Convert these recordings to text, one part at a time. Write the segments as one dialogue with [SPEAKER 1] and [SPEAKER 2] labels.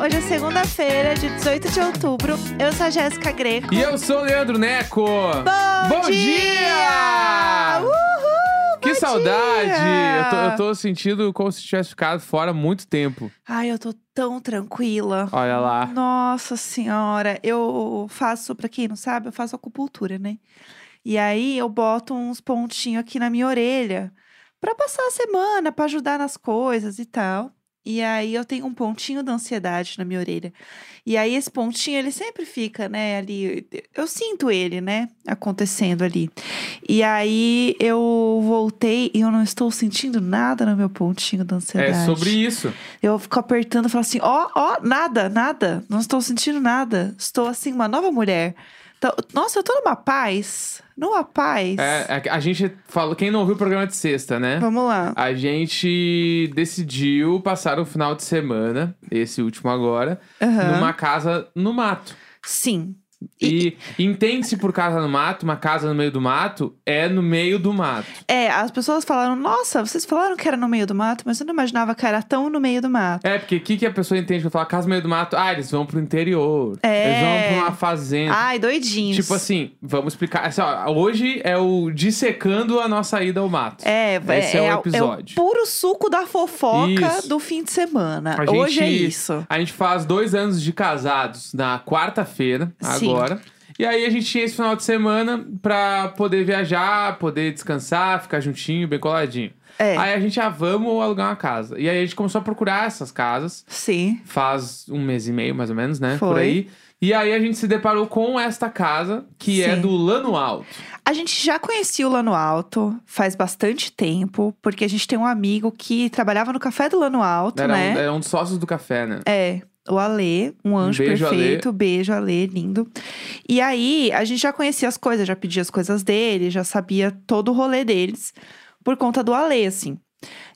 [SPEAKER 1] um é segunda-feira, de 18 de outubro. Eu sou a Jéssica Greco.
[SPEAKER 2] E eu sou o Leandro Neco.
[SPEAKER 1] Bom,
[SPEAKER 2] Bom dia!
[SPEAKER 1] Uhul!
[SPEAKER 2] que
[SPEAKER 1] bom dia!
[SPEAKER 2] saudade! Eu tô, eu tô sentindo como se tivesse ficado fora há muito tempo.
[SPEAKER 1] Ai, eu tô tão tranquila.
[SPEAKER 2] Olha lá.
[SPEAKER 1] Nossa senhora, eu faço, pra quem não sabe, eu faço acupuntura, né? E aí eu boto uns pontinhos aqui na minha orelha pra passar a semana, pra ajudar nas coisas e tal. E aí eu tenho um pontinho da ansiedade na minha orelha. E aí esse pontinho, ele sempre fica, né, ali, eu sinto ele, né, acontecendo ali. E aí eu voltei e eu não estou sentindo nada no meu pontinho da ansiedade.
[SPEAKER 2] É sobre isso.
[SPEAKER 1] Eu fico apertando e falo assim: ó, ó, nada, nada. Não estou sentindo nada. Estou assim, uma nova mulher. Então, nossa, eu tô numa paz. Numa paz.
[SPEAKER 2] É, a, a gente falou, quem não ouviu o programa de sexta, né?
[SPEAKER 1] Vamos lá.
[SPEAKER 2] A gente decidiu passar o final de semana, esse último agora,
[SPEAKER 1] Aham.
[SPEAKER 2] numa casa no mato.
[SPEAKER 1] Sim.
[SPEAKER 2] E entende-se por casa no mato, uma casa no meio do mato é no meio do mato.
[SPEAKER 1] É, as pessoas falaram: nossa, vocês falaram que era no meio do mato, mas eu não imaginava que era tão no meio do mato.
[SPEAKER 2] É, porque o que, que a pessoa entende quando fala casa no meio do mato? Ah, eles vão pro interior.
[SPEAKER 1] É. Ah,
[SPEAKER 2] Eles vão pra uma fazenda.
[SPEAKER 1] Ai, doidinhos.
[SPEAKER 2] É. Tipo assim, vamos explicar. Assim, ó, hoje é o dissecando a nossa ida ao mato.
[SPEAKER 1] É,
[SPEAKER 2] Esse é o
[SPEAKER 1] a-
[SPEAKER 2] episódio.
[SPEAKER 1] puro suco da fofoca
[SPEAKER 2] Isso.
[SPEAKER 1] do fim de semana.
[SPEAKER 2] A gente-
[SPEAKER 1] Hoje é isso.
[SPEAKER 2] A gente faz dois anos de casados na quarta-feira,
[SPEAKER 1] Sim.
[SPEAKER 2] agora. E aí a gente tinha esse final de semana pra poder viajar, poder descansar, ficar juntinho, bem coladinho.
[SPEAKER 1] É.
[SPEAKER 2] Aí a gente, ah, vamos alugar uma casa. E aí a gente começou a procurar essas casas.
[SPEAKER 1] Sim.
[SPEAKER 2] faz um mês e meio, mais ou menos, né? Por
[SPEAKER 1] Foi.
[SPEAKER 2] aí. E aí a gente se deparou com esta casa, que é
[SPEAKER 1] Sim.
[SPEAKER 2] do Lano Alto.
[SPEAKER 1] A gente já conhecia o Lano Alto faz bastante tempo, porque a gente tem um amigo que trabalhava no café do Lano Alto,
[SPEAKER 2] Era,
[SPEAKER 1] né?
[SPEAKER 2] um, era um dos sócios do café, né?
[SPEAKER 1] É, o Alê, um anjo
[SPEAKER 2] beijo, Alê.
[SPEAKER 1] perfeito. Beijo, Alê, lindo. E aí, a gente já conhecia as coisas, já pedia as coisas dele, já sabia todo o rolê deles, por conta do Alê, assim.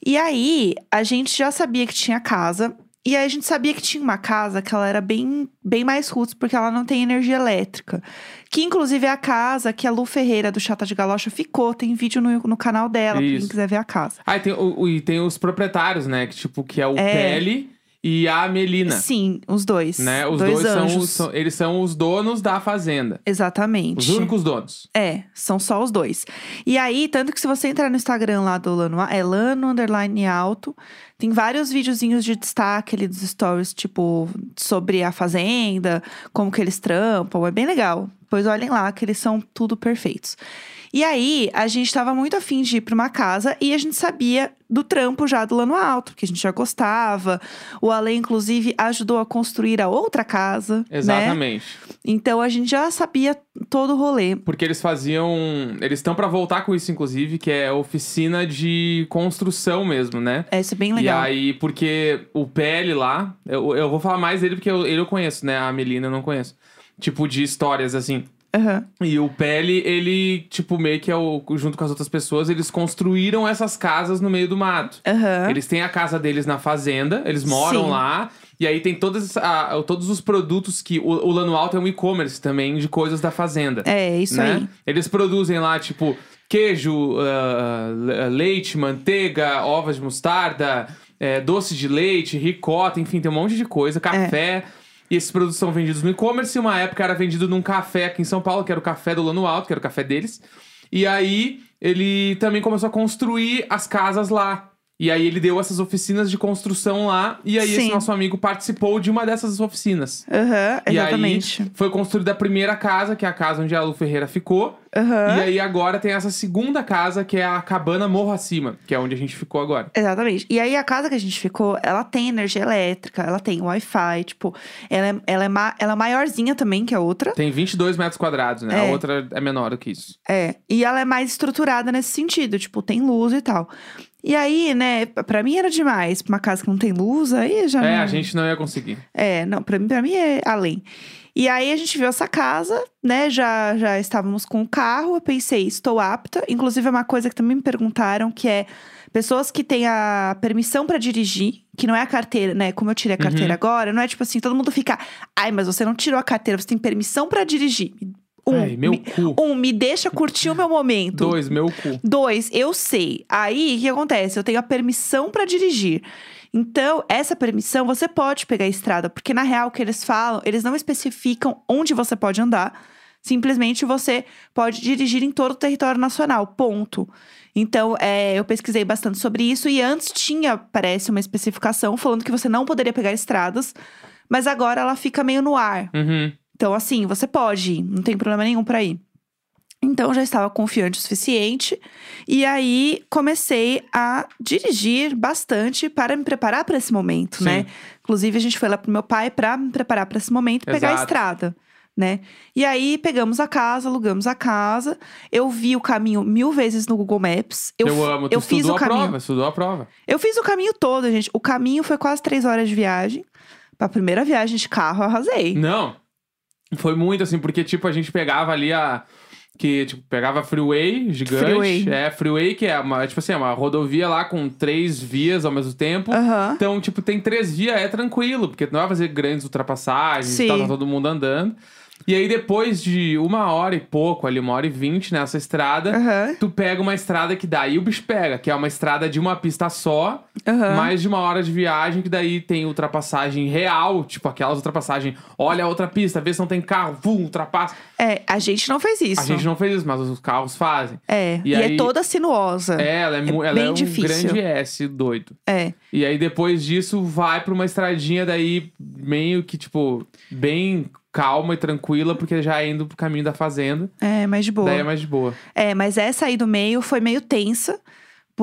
[SPEAKER 1] E aí, a gente já sabia que tinha casa. E aí, a gente sabia que tinha uma casa que ela era bem, bem mais roots, porque ela não tem energia elétrica. Que, inclusive, é a casa que a Lu Ferreira, do Chata de Galocha, ficou. Tem vídeo no, no canal dela, pra quem
[SPEAKER 2] Isso.
[SPEAKER 1] quiser ver a casa.
[SPEAKER 2] Ah, e tem, o, o- e tem os proprietários, né? Que tipo, que é o
[SPEAKER 1] É.
[SPEAKER 2] Pele e a Melina.
[SPEAKER 1] Sim, os dois.
[SPEAKER 2] Né? Os
[SPEAKER 1] dois,
[SPEAKER 2] dois, são,
[SPEAKER 1] anjos.
[SPEAKER 2] os- são. Eles são os donos da fazenda.
[SPEAKER 1] Exatamente.
[SPEAKER 2] Os únicos donos.
[SPEAKER 1] É, são só os dois. E aí, tanto que se você entrar no Instagram lá do Lano, é Lano Underline Alto, tem vários videozinhos de destaque ali dos stories, tipo, sobre a fazenda, como que eles trampam, é bem legal. Pois olhem lá que eles são tudo perfeitos. E aí, a gente tava muito afim de ir pra uma casa e a gente sabia do trampo já do Lano Alto, porque a gente já gostava. O Ale, inclusive, ajudou a construir a outra casa. né?
[SPEAKER 2] Exatamente.
[SPEAKER 1] Então a gente já sabia todo o rolê.
[SPEAKER 2] Porque eles faziam. Eles estão pra voltar com isso, inclusive, que é oficina de construção mesmo, né?
[SPEAKER 1] É, isso é bem legal.
[SPEAKER 2] E aí, porque o PL lá, eu, eu vou falar mais dele porque eu, ele eu conheço, né? A Melina eu não conheço. Tipo, de histórias, assim.
[SPEAKER 1] Aham.
[SPEAKER 2] E o PL, ele, tipo, meio que é o, junto com as outras pessoas, eles construíram essas casas no meio do mato.
[SPEAKER 1] Aham.
[SPEAKER 2] Eles têm a casa deles na fazenda, eles moram
[SPEAKER 1] Sim.
[SPEAKER 2] lá. E aí tem todas, a- todos os produtos que. O, o Lano Alto é um e-commerce também de coisas da fazenda
[SPEAKER 1] É, isso
[SPEAKER 2] né?
[SPEAKER 1] aí.
[SPEAKER 2] Eles produzem lá, tipo, queijo, ah, le- leite, manteiga, ovas de mostarda, eh, doce de leite, ricota, enfim, tem um monte de
[SPEAKER 1] É.
[SPEAKER 2] coisa, café. E esses produtos são vendidos no e-commerce. E uma época era vendido num café aqui em São Paulo, que era o café do Lano Alto, que era o café deles. E aí ele também começou a construir as casas lá. E aí ele deu essas oficinas de construção lá. E aí esse
[SPEAKER 1] Sim.
[SPEAKER 2] nosso amigo participou de uma dessas oficinas.
[SPEAKER 1] Aham,
[SPEAKER 2] E aí-
[SPEAKER 1] exatamente.
[SPEAKER 2] Foi construída a primeira casa, que é a casa onde a Lu Ferreira ficou.
[SPEAKER 1] Aham.
[SPEAKER 2] E aí agora tem essa segunda casa, que é a cabana Morro Acima, que é onde a gente ficou agora.
[SPEAKER 1] Exatamente. E aí, a casa que a gente ficou, ela tem energia elétrica, ela tem Wi-Fi, tipo, ela é, ela é, ma- ela é maiorzinha também que a outra.
[SPEAKER 2] Tem 22 metros quadrados, né?
[SPEAKER 1] É.
[SPEAKER 2] A outra é menor do que isso.
[SPEAKER 1] É. E ela é mais estruturada nesse sentido, tipo, tem luz e tal. E aí, né, pra mim era demais. Pra uma casa que não tem luz, aí já
[SPEAKER 2] É,
[SPEAKER 1] não...
[SPEAKER 2] a gente não ia conseguir.
[SPEAKER 1] É, não, pra mim, pra mim é além. E aí a gente viu essa casa, né? Já, já estávamos com o carro, eu pensei, estou apta. Inclusive, é uma coisa que também me perguntaram, que é pessoas que têm a permissão pra dirigir, que não é a carteira, né? Como eu tirei a carteira
[SPEAKER 2] Uhum.
[SPEAKER 1] agora, não é tipo assim, todo mundo fica, ai, mas você não tirou a carteira, você tem permissão pra dirigir. Um,
[SPEAKER 2] Ai, meu
[SPEAKER 1] me,
[SPEAKER 2] cu.
[SPEAKER 1] um, me deixa curtir o meu momento.
[SPEAKER 2] Dois, meu cu.
[SPEAKER 1] Dois, eu sei. Aí, o que acontece? Eu tenho a permissão pra dirigir. Então, essa permissão, você pode pegar a estrada, porque na real o que eles falam, eles não especificam onde você pode andar. Simplesmente você pode dirigir em todo o território nacional, ponto. Então, é, eu pesquisei bastante sobre isso e antes tinha, parece, uma especificação falando que você não poderia pegar estradas, mas agora ela fica meio no ar.
[SPEAKER 2] Uhum.
[SPEAKER 1] Então, assim, você pode ir, não tem problema nenhum pra ir. Então, eu já estava confiante o suficiente. E aí, comecei a dirigir bastante para me preparar para esse momento,
[SPEAKER 2] Sim.
[SPEAKER 1] né? Inclusive, a gente foi lá pro meu pai para me preparar para esse momento e pegar a
[SPEAKER 2] Exato.
[SPEAKER 1] estrada, né? E aí, pegamos a casa, alugamos a casa. Eu vi o caminho mil vezes no Google Maps. Eu,
[SPEAKER 2] Eu,
[SPEAKER 1] f-
[SPEAKER 2] amo. Tu
[SPEAKER 1] Eu fiz
[SPEAKER 2] estudou
[SPEAKER 1] o
[SPEAKER 2] a
[SPEAKER 1] caminho.
[SPEAKER 2] prova, estudou a prova.
[SPEAKER 1] Eu fiz o caminho todo, gente. O caminho foi quase três horas de viagem. Pra primeira viagem de carro, eu arrasei.
[SPEAKER 2] Não. Foi muito assim, porque, tipo, a gente pegava ali a. Que, tipo, pegava a freeway gigante.
[SPEAKER 1] Freeway.
[SPEAKER 2] É, freeway, que é uma, tipo assim, é uma rodovia lá com três vias ao mesmo tempo.
[SPEAKER 1] Aham.
[SPEAKER 2] Então, tipo, tem três vias, é tranquilo, porque não vai fazer grandes ultrapassagens e
[SPEAKER 1] Sim.
[SPEAKER 2] tal, tá todo mundo andando. E aí, depois de uma hora e pouco, ali, uma hora e vinte nessa estrada,
[SPEAKER 1] Aham.
[SPEAKER 2] tu pega uma estrada que daí o bicho pega, que é uma estrada de uma pista só,
[SPEAKER 1] Aham.
[SPEAKER 2] mais de uma hora de viagem, que daí tem ultrapassagem real, tipo aquelas ultrapassagens, olha a outra pista, vê se não tem carro, vum, ultrapassa.
[SPEAKER 1] É, a gente não fez isso.
[SPEAKER 2] A gente não fez isso, mas os carros fazem.
[SPEAKER 1] É,
[SPEAKER 2] E
[SPEAKER 1] e,
[SPEAKER 2] aí-
[SPEAKER 1] é toda sinuosa.
[SPEAKER 2] É, ela é, mu- ela
[SPEAKER 1] bem
[SPEAKER 2] é um
[SPEAKER 1] difícil.
[SPEAKER 2] grande S doido.
[SPEAKER 1] É.
[SPEAKER 2] E aí depois disso vai pra uma estradinha daí meio que tipo bem calma e tranquila porque já é indo pro caminho da fazenda,
[SPEAKER 1] É, mas de boa.
[SPEAKER 2] daí é mais de boa.
[SPEAKER 1] É, mas essa aí do meio foi meio tensa,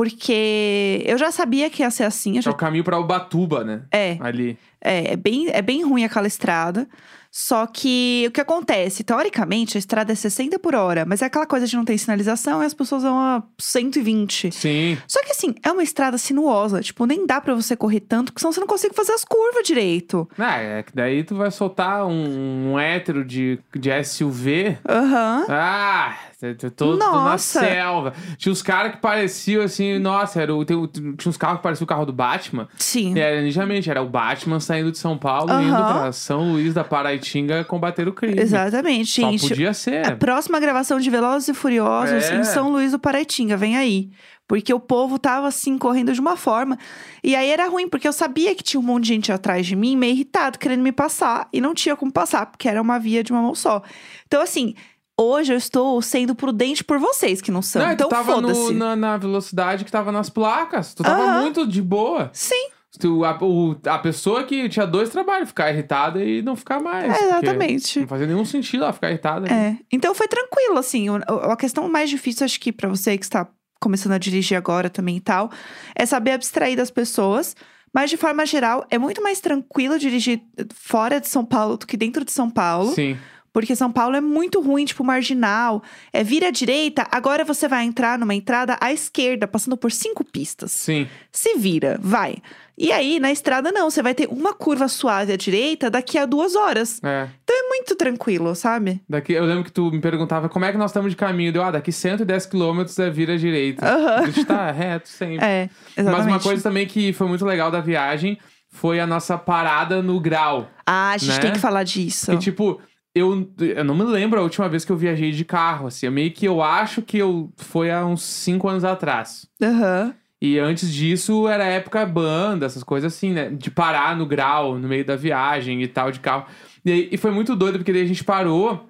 [SPEAKER 1] porque eu já sabia que ia ser assim. eu
[SPEAKER 2] É
[SPEAKER 1] já-
[SPEAKER 2] o caminho pra Ubatuba, né?
[SPEAKER 1] É,
[SPEAKER 2] Ali.
[SPEAKER 1] é, é bem, é bem ruim aquela estrada. Só que o que acontece? Teoricamente, a estrada é 60 por hora, mas é aquela coisa de não ter sinalização e as pessoas vão a 120.
[SPEAKER 2] Sim.
[SPEAKER 1] Só que assim, é uma estrada sinuosa, tipo, nem dá pra você correr tanto, porque senão você não consegue fazer as curvas direito.
[SPEAKER 2] Ah, é que daí tu vai soltar um, um hétero de, de SUV.
[SPEAKER 1] Aham.
[SPEAKER 2] Ah, t- t- todo na
[SPEAKER 1] Nossa.
[SPEAKER 2] selva. Tinha uns caras que pareciam assim, nossa, era o, tem o- tinha uns carros que pareciam o carro do Batman.
[SPEAKER 1] Sim.
[SPEAKER 2] Era inicialmente, era o Batman saindo de São Paulo e indo
[SPEAKER 1] Aham.
[SPEAKER 2] pra São Luís da Paraitinga combater o crime.
[SPEAKER 1] Exatamente,
[SPEAKER 2] Só
[SPEAKER 1] gente.
[SPEAKER 2] podia
[SPEAKER 1] A
[SPEAKER 2] ser.
[SPEAKER 1] próxima gravação de Velozes e Furiosos
[SPEAKER 2] É.
[SPEAKER 1] em São Luís do Paraitinga, vem aí. Porque o povo tava assim, correndo de uma forma. E aí era ruim, porque eu sabia que tinha um monte de gente atrás de mim, meio irritado, querendo me passar. E não tinha como passar, porque era uma via de uma mão só. Então, assim, hoje eu estou sendo prudente por vocês que não são.
[SPEAKER 2] Não, e tu
[SPEAKER 1] então,
[SPEAKER 2] tava no-
[SPEAKER 1] foda-se.
[SPEAKER 2] na, na velocidade que tava nas placas. Tu tava
[SPEAKER 1] Aham.
[SPEAKER 2] muito de boa.
[SPEAKER 1] Sim,
[SPEAKER 2] Tu, a, o- a pessoa que tinha dois trabalhos, ficar irritada e não ficar mais.
[SPEAKER 1] é,
[SPEAKER 2] porque
[SPEAKER 1] exatamente.
[SPEAKER 2] Não fazia nenhum sentido ela ficar irritada.
[SPEAKER 1] É. Então foi tranquilo, assim. o- o- A questão mais difícil, acho que pra você que está começando a dirigir agora também e tal, é saber abstrair das pessoas. Mas, de forma geral, é muito mais tranquilo dirigir fora de São Paulo do que dentro de São Paulo.
[SPEAKER 2] Sim.
[SPEAKER 1] Porque São Paulo é muito ruim, tipo, marginal. É vira à direita, agora você vai entrar numa entrada à esquerda, passando por cinco pistas.
[SPEAKER 2] Sim.
[SPEAKER 1] Se vira, vai. E aí, na estrada, não. Você vai ter uma curva suave à direita daqui a duas horas.
[SPEAKER 2] É.
[SPEAKER 1] Muito tranquilo, sabe?
[SPEAKER 2] Daqui, eu lembro que tu me perguntava como é que nós estamos de caminho. Deu, ah, daqui 110 quilômetros é vira à direita.
[SPEAKER 1] Aham.
[SPEAKER 2] A gente tá reto sempre.
[SPEAKER 1] É, exatamente.
[SPEAKER 2] Mas uma coisa também que foi muito legal da viagem foi a nossa parada no grau.
[SPEAKER 1] Ah, a gente
[SPEAKER 2] né?
[SPEAKER 1] tem que falar disso.
[SPEAKER 2] E tipo, eu, eu não me lembro a última vez que eu viajei de carro, assim. Eu meio que eu acho que eu foi há uns 5 anos atrás.
[SPEAKER 1] Aham.
[SPEAKER 2] E antes disso era época banda, essas coisas assim, né? De parar no grau, no meio da viagem e tal, de carro. E, aí- e foi muito doido, porque daí a gente parou.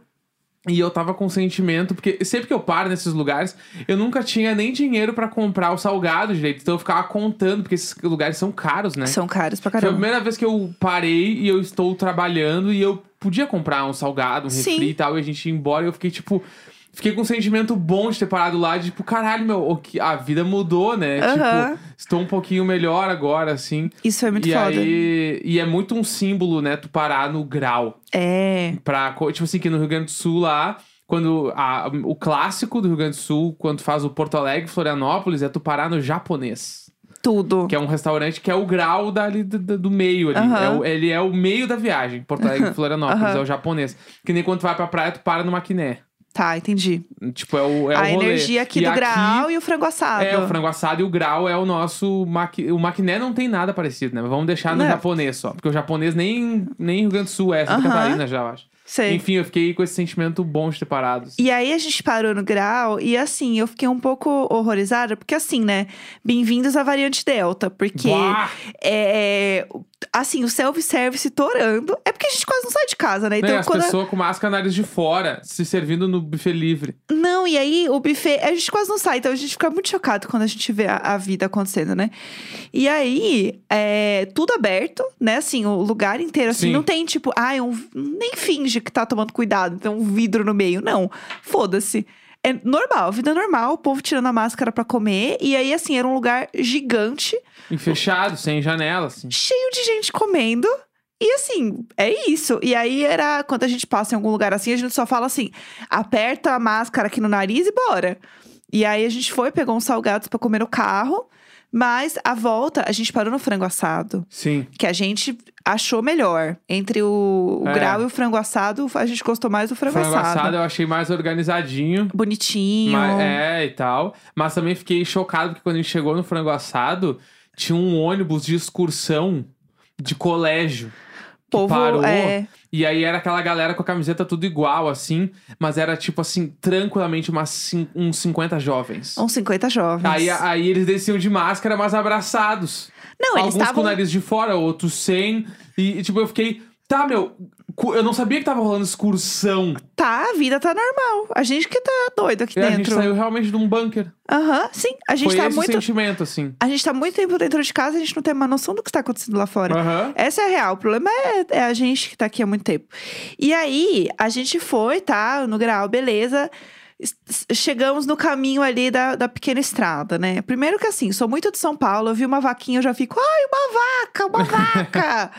[SPEAKER 2] E eu tava com um sentimento, porque sempre que eu paro nesses lugares, eu nunca tinha nem dinheiro pra comprar o salgado direito. Então eu ficava contando, porque esses lugares são caros, né?
[SPEAKER 1] São caros pra
[SPEAKER 2] Foi a
[SPEAKER 1] caramba.
[SPEAKER 2] primeira vez que eu parei e eu estou trabalhando e eu podia comprar um salgado, um refri
[SPEAKER 1] Sim.
[SPEAKER 2] e tal, e a gente ia embora. E eu fiquei, tipo. Fiquei com um sentimento bom de ter parado lá, de tipo, caralho, meu, o que- a vida mudou, né?
[SPEAKER 1] Aham.
[SPEAKER 2] Tipo, estou um pouquinho melhor agora, assim.
[SPEAKER 1] Isso foi muito
[SPEAKER 2] e
[SPEAKER 1] foda.
[SPEAKER 2] aí. E é muito um símbolo, né? Tu parar no grau.
[SPEAKER 1] É.
[SPEAKER 2] Pra, co- tipo assim, que no Rio Grande do Sul lá. Quando a- o clássico do Rio Grande do Sul, quando tu faz o Porto Alegre, Florianópolis, é tu parar no japonês.
[SPEAKER 1] Tudo.
[SPEAKER 2] Que é um restaurante que é o grau dali, do, do- do meio ali.
[SPEAKER 1] Aham.
[SPEAKER 2] É o- ele é o meio da viagem. Porto Alegre e Florianópolis,
[SPEAKER 1] Aham.
[SPEAKER 2] é o japonês. Que nem quando tu vai pra praia, tu para no maquiné.
[SPEAKER 1] Tá, entendi.
[SPEAKER 2] Tipo, é o, é
[SPEAKER 1] a
[SPEAKER 2] o rolê.
[SPEAKER 1] energia aqui
[SPEAKER 2] E
[SPEAKER 1] do grau e o frango assado.
[SPEAKER 2] É, o frango assado e o grau é o nosso... Maqui... O maquiné não tem nada parecido, né? Vamos deixar no
[SPEAKER 1] Não.
[SPEAKER 2] japonês só. Porque o japonês nem, nem Rio Grande do Sul é. Santa
[SPEAKER 1] Aham.
[SPEAKER 2] Catarina já, eu acho.
[SPEAKER 1] Sei.
[SPEAKER 2] Enfim, eu fiquei com esse sentimento bom de ter parado. assim.
[SPEAKER 1] E aí a gente parou no grau e assim, eu fiquei um pouco horrorizada, porque assim, né? Bem-vindos à variante Delta, porque
[SPEAKER 2] Bah!
[SPEAKER 1] é, assim, o self-service torando. É porque a gente quase não sai de casa, né? Então
[SPEAKER 2] Né, as
[SPEAKER 1] quando a-
[SPEAKER 2] pessoas com máscara nariz de fora, se servindo no buffet livre.
[SPEAKER 1] Não, e aí o buffet. A gente quase não sai, então a gente fica muito chocado quando a gente vê a, a vida acontecendo, né? E aí, é, tudo aberto, né? Assim, o lugar inteiro, assim,
[SPEAKER 2] Sim.
[SPEAKER 1] não tem tipo, ai, um, nem finge que tá tomando cuidado, tem um vidro no meio. Não, foda-se. É normal, vida normal, o povo tirando a máscara pra comer. E aí, assim, era um lugar gigante,
[SPEAKER 2] E fechado, sem janela, assim.
[SPEAKER 1] cheio de gente comendo. E assim, é isso. E aí era quando a gente passa em algum lugar assim, a gente só fala assim: aperta a máscara aqui no nariz e bora. E aí a gente foi, pegou uns salgados pra comer no carro, mas a volta a gente parou no frango assado,
[SPEAKER 2] Sim.
[SPEAKER 1] que a gente achou melhor. Entre o, o
[SPEAKER 2] É.
[SPEAKER 1] grau e o frango assado, a gente gostou mais do frango,
[SPEAKER 2] Frango assado eu achei mais organizadinho.
[SPEAKER 1] Bonitinho.
[SPEAKER 2] Mas- é, e tal. Mas também fiquei chocado porque quando a gente chegou no frango assado, tinha um ônibus de excursão de colégio.
[SPEAKER 1] povo,
[SPEAKER 2] parou.
[SPEAKER 1] é,
[SPEAKER 2] E aí era aquela galera com a camiseta tudo igual, assim. Mas era, tipo assim, tranquilamente umas cin- uns 50 jovens.
[SPEAKER 1] uns 50 jovens.
[SPEAKER 2] Aí, aí eles desciam de máscara, mas abraçados.
[SPEAKER 1] não, eles
[SPEAKER 2] Alguns com o
[SPEAKER 1] estavam
[SPEAKER 2] nariz de fora, outros sem. E, e, tipo, eu fiquei... Tá, meu... cu- Eu não sabia que tava rolando excursão.
[SPEAKER 1] Tá, a vida tá normal. A gente que tá doido aqui
[SPEAKER 2] E É, a gente
[SPEAKER 1] dentro.
[SPEAKER 2] saiu realmente de um bunker.
[SPEAKER 1] Aham, sim. A gente
[SPEAKER 2] Foi
[SPEAKER 1] tá
[SPEAKER 2] esse
[SPEAKER 1] muito.
[SPEAKER 2] sentimento, assim.
[SPEAKER 1] A gente tá muito tempo dentro de casa, a gente não tem uma noção do que tá acontecendo lá fora.
[SPEAKER 2] Aham.
[SPEAKER 1] Essa é a real. O problema é, é a gente que tá aqui há muito tempo. E aí, a gente foi, tá? No grau, beleza. Es- es- Chegamos no caminho ali da, da pequena estrada, né? Primeiro que assim, sou muito de São Paulo, eu vi uma vaquinha, eu já fico, ai, uma vaca, uma vaca!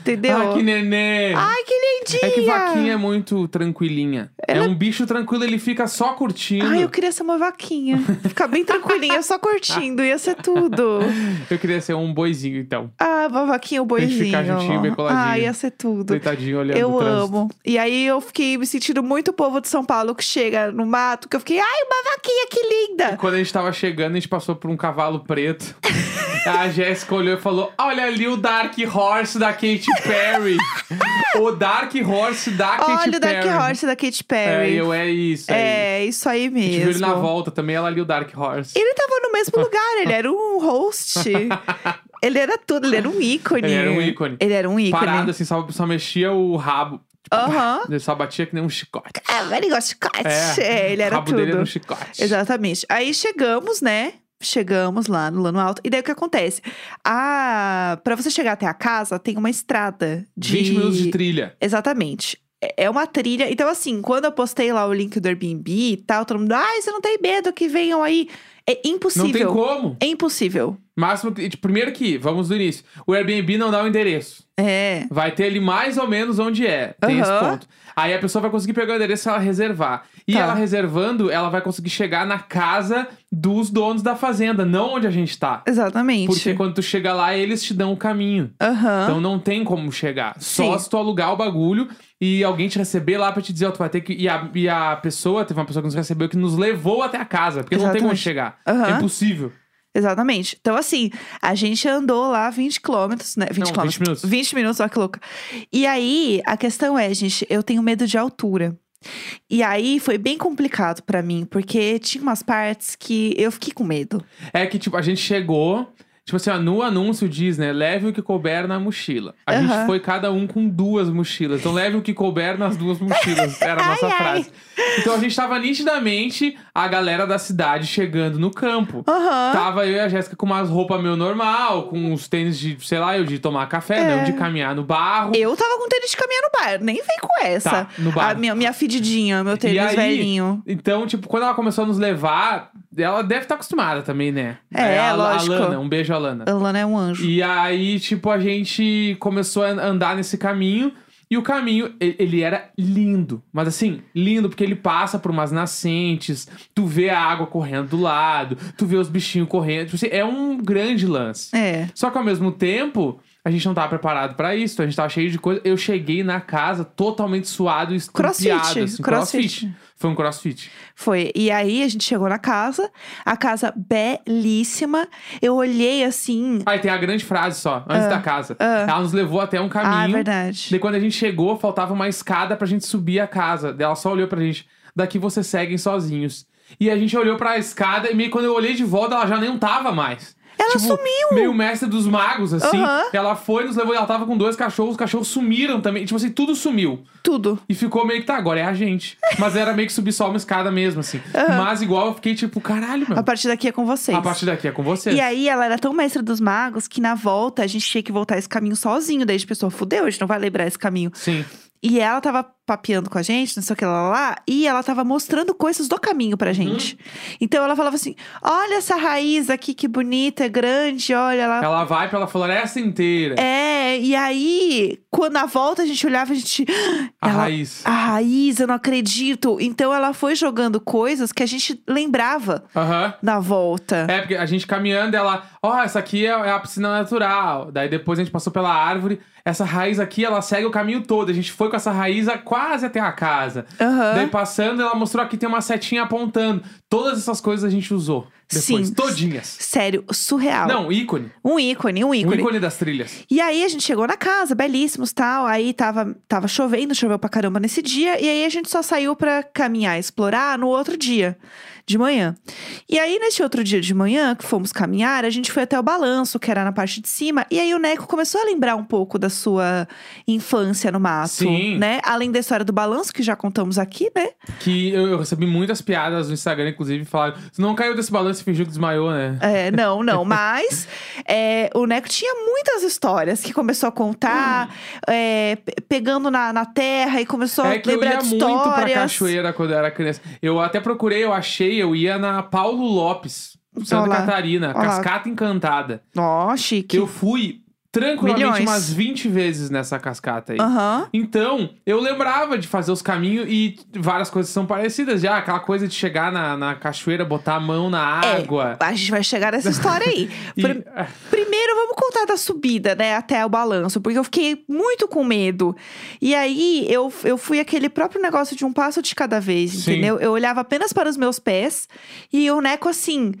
[SPEAKER 1] Entendeu?
[SPEAKER 2] Ai, Ah, que nenê!
[SPEAKER 1] Ai, que lindinha!
[SPEAKER 2] é que vaquinha é muito tranquilinha. É um bicho tranquilo, ele fica só curtindo.
[SPEAKER 1] Ai, eu
[SPEAKER 2] eu...
[SPEAKER 1] queria ser uma vaquinha. Ficar bem tranquilinha, só curtindo, ia ser tudo.
[SPEAKER 2] queria ser um boizinho, então.
[SPEAKER 1] Ah, uma vaquinha, um
[SPEAKER 2] Tem que
[SPEAKER 1] boizinho.
[SPEAKER 2] ficar juntinho, bem coladinho.
[SPEAKER 1] Ah, ia ser tudo.
[SPEAKER 2] Deitadinho olhando
[SPEAKER 1] Eu
[SPEAKER 2] o trânsito.
[SPEAKER 1] amo. E aí eu fiquei me sentindo muito o povo de São Paulo que chega no mato, que eu fiquei, ai, uma vaquinha, que linda!
[SPEAKER 2] Quando a gente tava chegando, a gente passou por um cavalo preto. a Jéssica olhou e falou: Olha ali o Dark Horse da Katy Perry. o Dark Horse da Katy
[SPEAKER 1] Olha o
[SPEAKER 2] Perry.
[SPEAKER 1] Dark Horse da Katy
[SPEAKER 2] É,
[SPEAKER 1] Perry.
[SPEAKER 2] eu, é isso. aí.
[SPEAKER 1] É, isso aí
[SPEAKER 2] A gente viu ele
[SPEAKER 1] mesmo.
[SPEAKER 2] na volta também, ela ali o Dark Horse.
[SPEAKER 1] Ele tava no mesmo lugar, ele era um host. ele era tudo, ele era um ícone.
[SPEAKER 2] Ele era um ícone.
[SPEAKER 1] Ele era um ícone.
[SPEAKER 2] Parado assim, só, só mexia o rabo.
[SPEAKER 1] Aham.
[SPEAKER 2] Ele só batia que nem um chicote.
[SPEAKER 1] É, very good chicote. É, ele
[SPEAKER 2] o
[SPEAKER 1] era
[SPEAKER 2] rabo
[SPEAKER 1] tudo.
[SPEAKER 2] dele era um chicote.
[SPEAKER 1] Exatamente. Aí chegamos, né? Chegamos lá no Lano Alto. E daí o que acontece? Ah, para você chegar até a casa, tem uma estrada de
[SPEAKER 2] 20 minutos de trilha.
[SPEAKER 1] Exatamente. É- É uma trilha. Então, assim, quando eu postei lá o link do Airbnb e tal, todo mundo, ai, você não tem medo que venham aí. É
[SPEAKER 2] Não tem
[SPEAKER 1] impossível.
[SPEAKER 2] como.
[SPEAKER 1] é impossível.
[SPEAKER 2] Máximo que. tipo, Primeiro que, vamos do início. O Airbnb não dá o endereço.
[SPEAKER 1] É.
[SPEAKER 2] Vai ter ali mais ou menos onde é. Tem esse
[SPEAKER 1] Aham.
[SPEAKER 2] ponto. Aí a pessoa vai conseguir pegar o endereço se ela reservar. E
[SPEAKER 1] Tá.
[SPEAKER 2] ela reservando, ela vai conseguir chegar na casa dos donos da fazenda, não onde a gente tá. Porque
[SPEAKER 1] Exatamente.
[SPEAKER 2] quando tu chega lá, eles te dão o caminho.
[SPEAKER 1] Aham.
[SPEAKER 2] Então não tem como chegar. Só
[SPEAKER 1] Sim.
[SPEAKER 2] se tu alugar o bagulho e alguém te receber lá pra te dizer, ó, tu vai ter que. E a, e a pessoa, teve uma pessoa que nos recebeu que nos levou até a casa. Porque não tem como
[SPEAKER 1] Exatamente.
[SPEAKER 2] chegar.
[SPEAKER 1] Aham.
[SPEAKER 2] É impossível.
[SPEAKER 1] Exatamente. Então, assim, a gente andou lá 20 quilômetros, né? 20
[SPEAKER 2] Não, 20
[SPEAKER 1] quilômetros.
[SPEAKER 2] minutos.
[SPEAKER 1] 20 minutos, olha que louca. E aí, a questão é, gente, eu tenho medo de altura. E aí foi bem complicado pra mim, porque tinha umas partes que eu fiquei com medo.
[SPEAKER 2] É que, tipo, a gente chegou. Tipo assim, ó, no anúncio diz, né? Leve o que couber na mochila. A gente
[SPEAKER 1] Aham.
[SPEAKER 2] foi cada um com duas mochilas. Então, leve o que couber nas duas mochilas. Era a nossa
[SPEAKER 1] Ai, ai.
[SPEAKER 2] frase. Então, a gente tava nitidamente a galera da cidade chegando no campo.
[SPEAKER 1] Aham.
[SPEAKER 2] Tava eu e a Jéssica com umas roupas meio normal, com uns tênis de, sei lá, eu de tomar café,
[SPEAKER 1] É.
[SPEAKER 2] não, de caminhar no barro.
[SPEAKER 1] Eu tava com tênis de caminhar no bar, nem vem com essa.
[SPEAKER 2] Tá, no bar.
[SPEAKER 1] A minha, minha fedidinha, meu tênis
[SPEAKER 2] E aí-
[SPEAKER 1] velhinho.
[SPEAKER 2] Então, tipo, quando ela começou a nos levar, ela deve estar acostumada também, né?
[SPEAKER 1] É,
[SPEAKER 2] a,
[SPEAKER 1] lógico.
[SPEAKER 2] A Lana, um beijo, Alana.
[SPEAKER 1] A Lana é um anjo.
[SPEAKER 2] E aí, tipo, a gente começou a andar nesse caminho. E o caminho, e- ele era lindo. Mas assim, lindo, porque ele passa por umas nascentes. Tu vê a água correndo do lado. Tu vê os bichinhos correndo. Tipo assim, é um grande lance.
[SPEAKER 1] É.
[SPEAKER 2] Só que ao mesmo tempo, A gente não tava preparado pra isso, a gente tava cheio de coisa. Eu cheguei na casa totalmente suado e
[SPEAKER 1] Crossfit,
[SPEAKER 2] estrupiado. assim,
[SPEAKER 1] crossfit.
[SPEAKER 2] Foi um crossfit.
[SPEAKER 1] Foi. E aí a gente chegou na casa, a casa belíssima. Eu olhei assim.
[SPEAKER 2] Aí tem a grande frase só, antes da casa. Ela nos levou até um
[SPEAKER 1] Ah, é
[SPEAKER 2] caminho.
[SPEAKER 1] verdade.
[SPEAKER 2] Daí quando a gente chegou, faltava uma escada pra gente subir a casa. Daí Ela só olhou pra gente. Daqui vocês seguem sozinhos. E a gente olhou pra escada e meio que quando eu olhei de volta, ela já nem tava mais.
[SPEAKER 1] Ela
[SPEAKER 2] Tipo,
[SPEAKER 1] sumiu!
[SPEAKER 2] Meio mestre dos magos, assim.
[SPEAKER 1] Aham.
[SPEAKER 2] Ela foi, nos levou e ela tava com dois cachorros, os cachorros sumiram também. Tipo assim, tudo sumiu.
[SPEAKER 1] Tudo.
[SPEAKER 2] E ficou meio que tá, agora é a gente. Mas era meio que subir só uma escada mesmo, assim. Mas igual eu fiquei tipo, caralho,
[SPEAKER 1] A
[SPEAKER 2] mano.
[SPEAKER 1] partir daqui é com vocês.
[SPEAKER 2] A partir daqui é com você.
[SPEAKER 1] E aí ela era tão mestra dos magos que na volta a gente tinha que voltar esse caminho sozinho. Daí a gente pensou, fudeu, a gente não vai lembrar esse caminho.
[SPEAKER 2] Sim.
[SPEAKER 1] E ela tava papeando com a gente, não sei o que lá, lá, lá e ela tava mostrando coisas do caminho
[SPEAKER 2] Uhum.
[SPEAKER 1] pra gente. Então ela falava assim: olha essa raiz aqui, que bonita, é grande, olha lá.
[SPEAKER 2] Ela vai pela floresta inteira.
[SPEAKER 1] É, e aí, quando na volta a gente olhava, a gente.
[SPEAKER 2] a
[SPEAKER 1] ela-
[SPEAKER 2] raiz.
[SPEAKER 1] A raiz, eu não acredito. Então ela foi jogando coisas que a gente lembrava
[SPEAKER 2] Aham.
[SPEAKER 1] na volta.
[SPEAKER 2] É, porque a gente caminhando, ela, ó, essa aqui é, é a piscina natural. Daí depois a gente passou pela árvore. Essa raiz aqui, ela segue o caminho todo. A gente foi com essa raiz a- quase até a casa.
[SPEAKER 1] Aham.
[SPEAKER 2] Daí passando, ela mostrou aqui tem uma setinha apontando. Todas essas coisas a gente usou. Depois,
[SPEAKER 1] Sim.
[SPEAKER 2] todinhas.
[SPEAKER 1] Sério, surreal.
[SPEAKER 2] Não, ícone.
[SPEAKER 1] Um ícone, um
[SPEAKER 2] O
[SPEAKER 1] ícone.
[SPEAKER 2] ícone das trilhas.
[SPEAKER 1] E aí a gente chegou na casa, belíssimos tal. Aí tava, tava chovendo, choveu pra caramba nesse dia. E aí a gente só saiu pra caminhar, explorar no outro dia, de manhã. E aí, nesse outro dia de manhã, que fomos caminhar, a gente foi até o balanço, que era na parte de cima. E aí o Neco começou a lembrar um pouco da sua infância no mato,
[SPEAKER 2] Sim.
[SPEAKER 1] né? Além da história do balanço, que já contamos aqui, né?
[SPEAKER 2] Que eu, eu recebi muitas piadas no Instagram, inclusive, falaram: "Tu não caiu desse balanço e fingiu que desmaiou, né?
[SPEAKER 1] É, não, não, mas é, o Neco tinha muitas histórias que começou a
[SPEAKER 2] Hum.
[SPEAKER 1] contar, é, pe- pegando na, na terra e começou a
[SPEAKER 2] É que eu
[SPEAKER 1] lembrar
[SPEAKER 2] ia
[SPEAKER 1] de
[SPEAKER 2] muito pra
[SPEAKER 1] histórias.
[SPEAKER 2] cachoeira quando eu era criança. Eu até procurei, eu achei, eu ia na Paulo Lopes, Santa
[SPEAKER 1] Olha lá.
[SPEAKER 2] Catarina,
[SPEAKER 1] Olha lá.
[SPEAKER 2] Cascata Encantada.
[SPEAKER 1] Ó, chique.
[SPEAKER 2] Eu fui tranquilamente
[SPEAKER 1] Milhões.
[SPEAKER 2] umas 20 vezes nessa cascata aí.
[SPEAKER 1] Aham.
[SPEAKER 2] Então, eu lembrava de fazer os caminhos e várias coisas são parecidas. Já aquela coisa de chegar na, na cachoeira, botar a mão na
[SPEAKER 1] É,
[SPEAKER 2] água.
[SPEAKER 1] A gente vai chegar nessa história aí.
[SPEAKER 2] E- é
[SPEAKER 1] Pri- Primeiro, vamos contar da subida, né, até o balanço, porque eu fiquei muito com medo. E aí, eu, eu fui aquele próprio negócio de um passo de cada vez,
[SPEAKER 2] Sim.
[SPEAKER 1] entendeu? Eu olhava apenas para os meus pés e o Neco assim.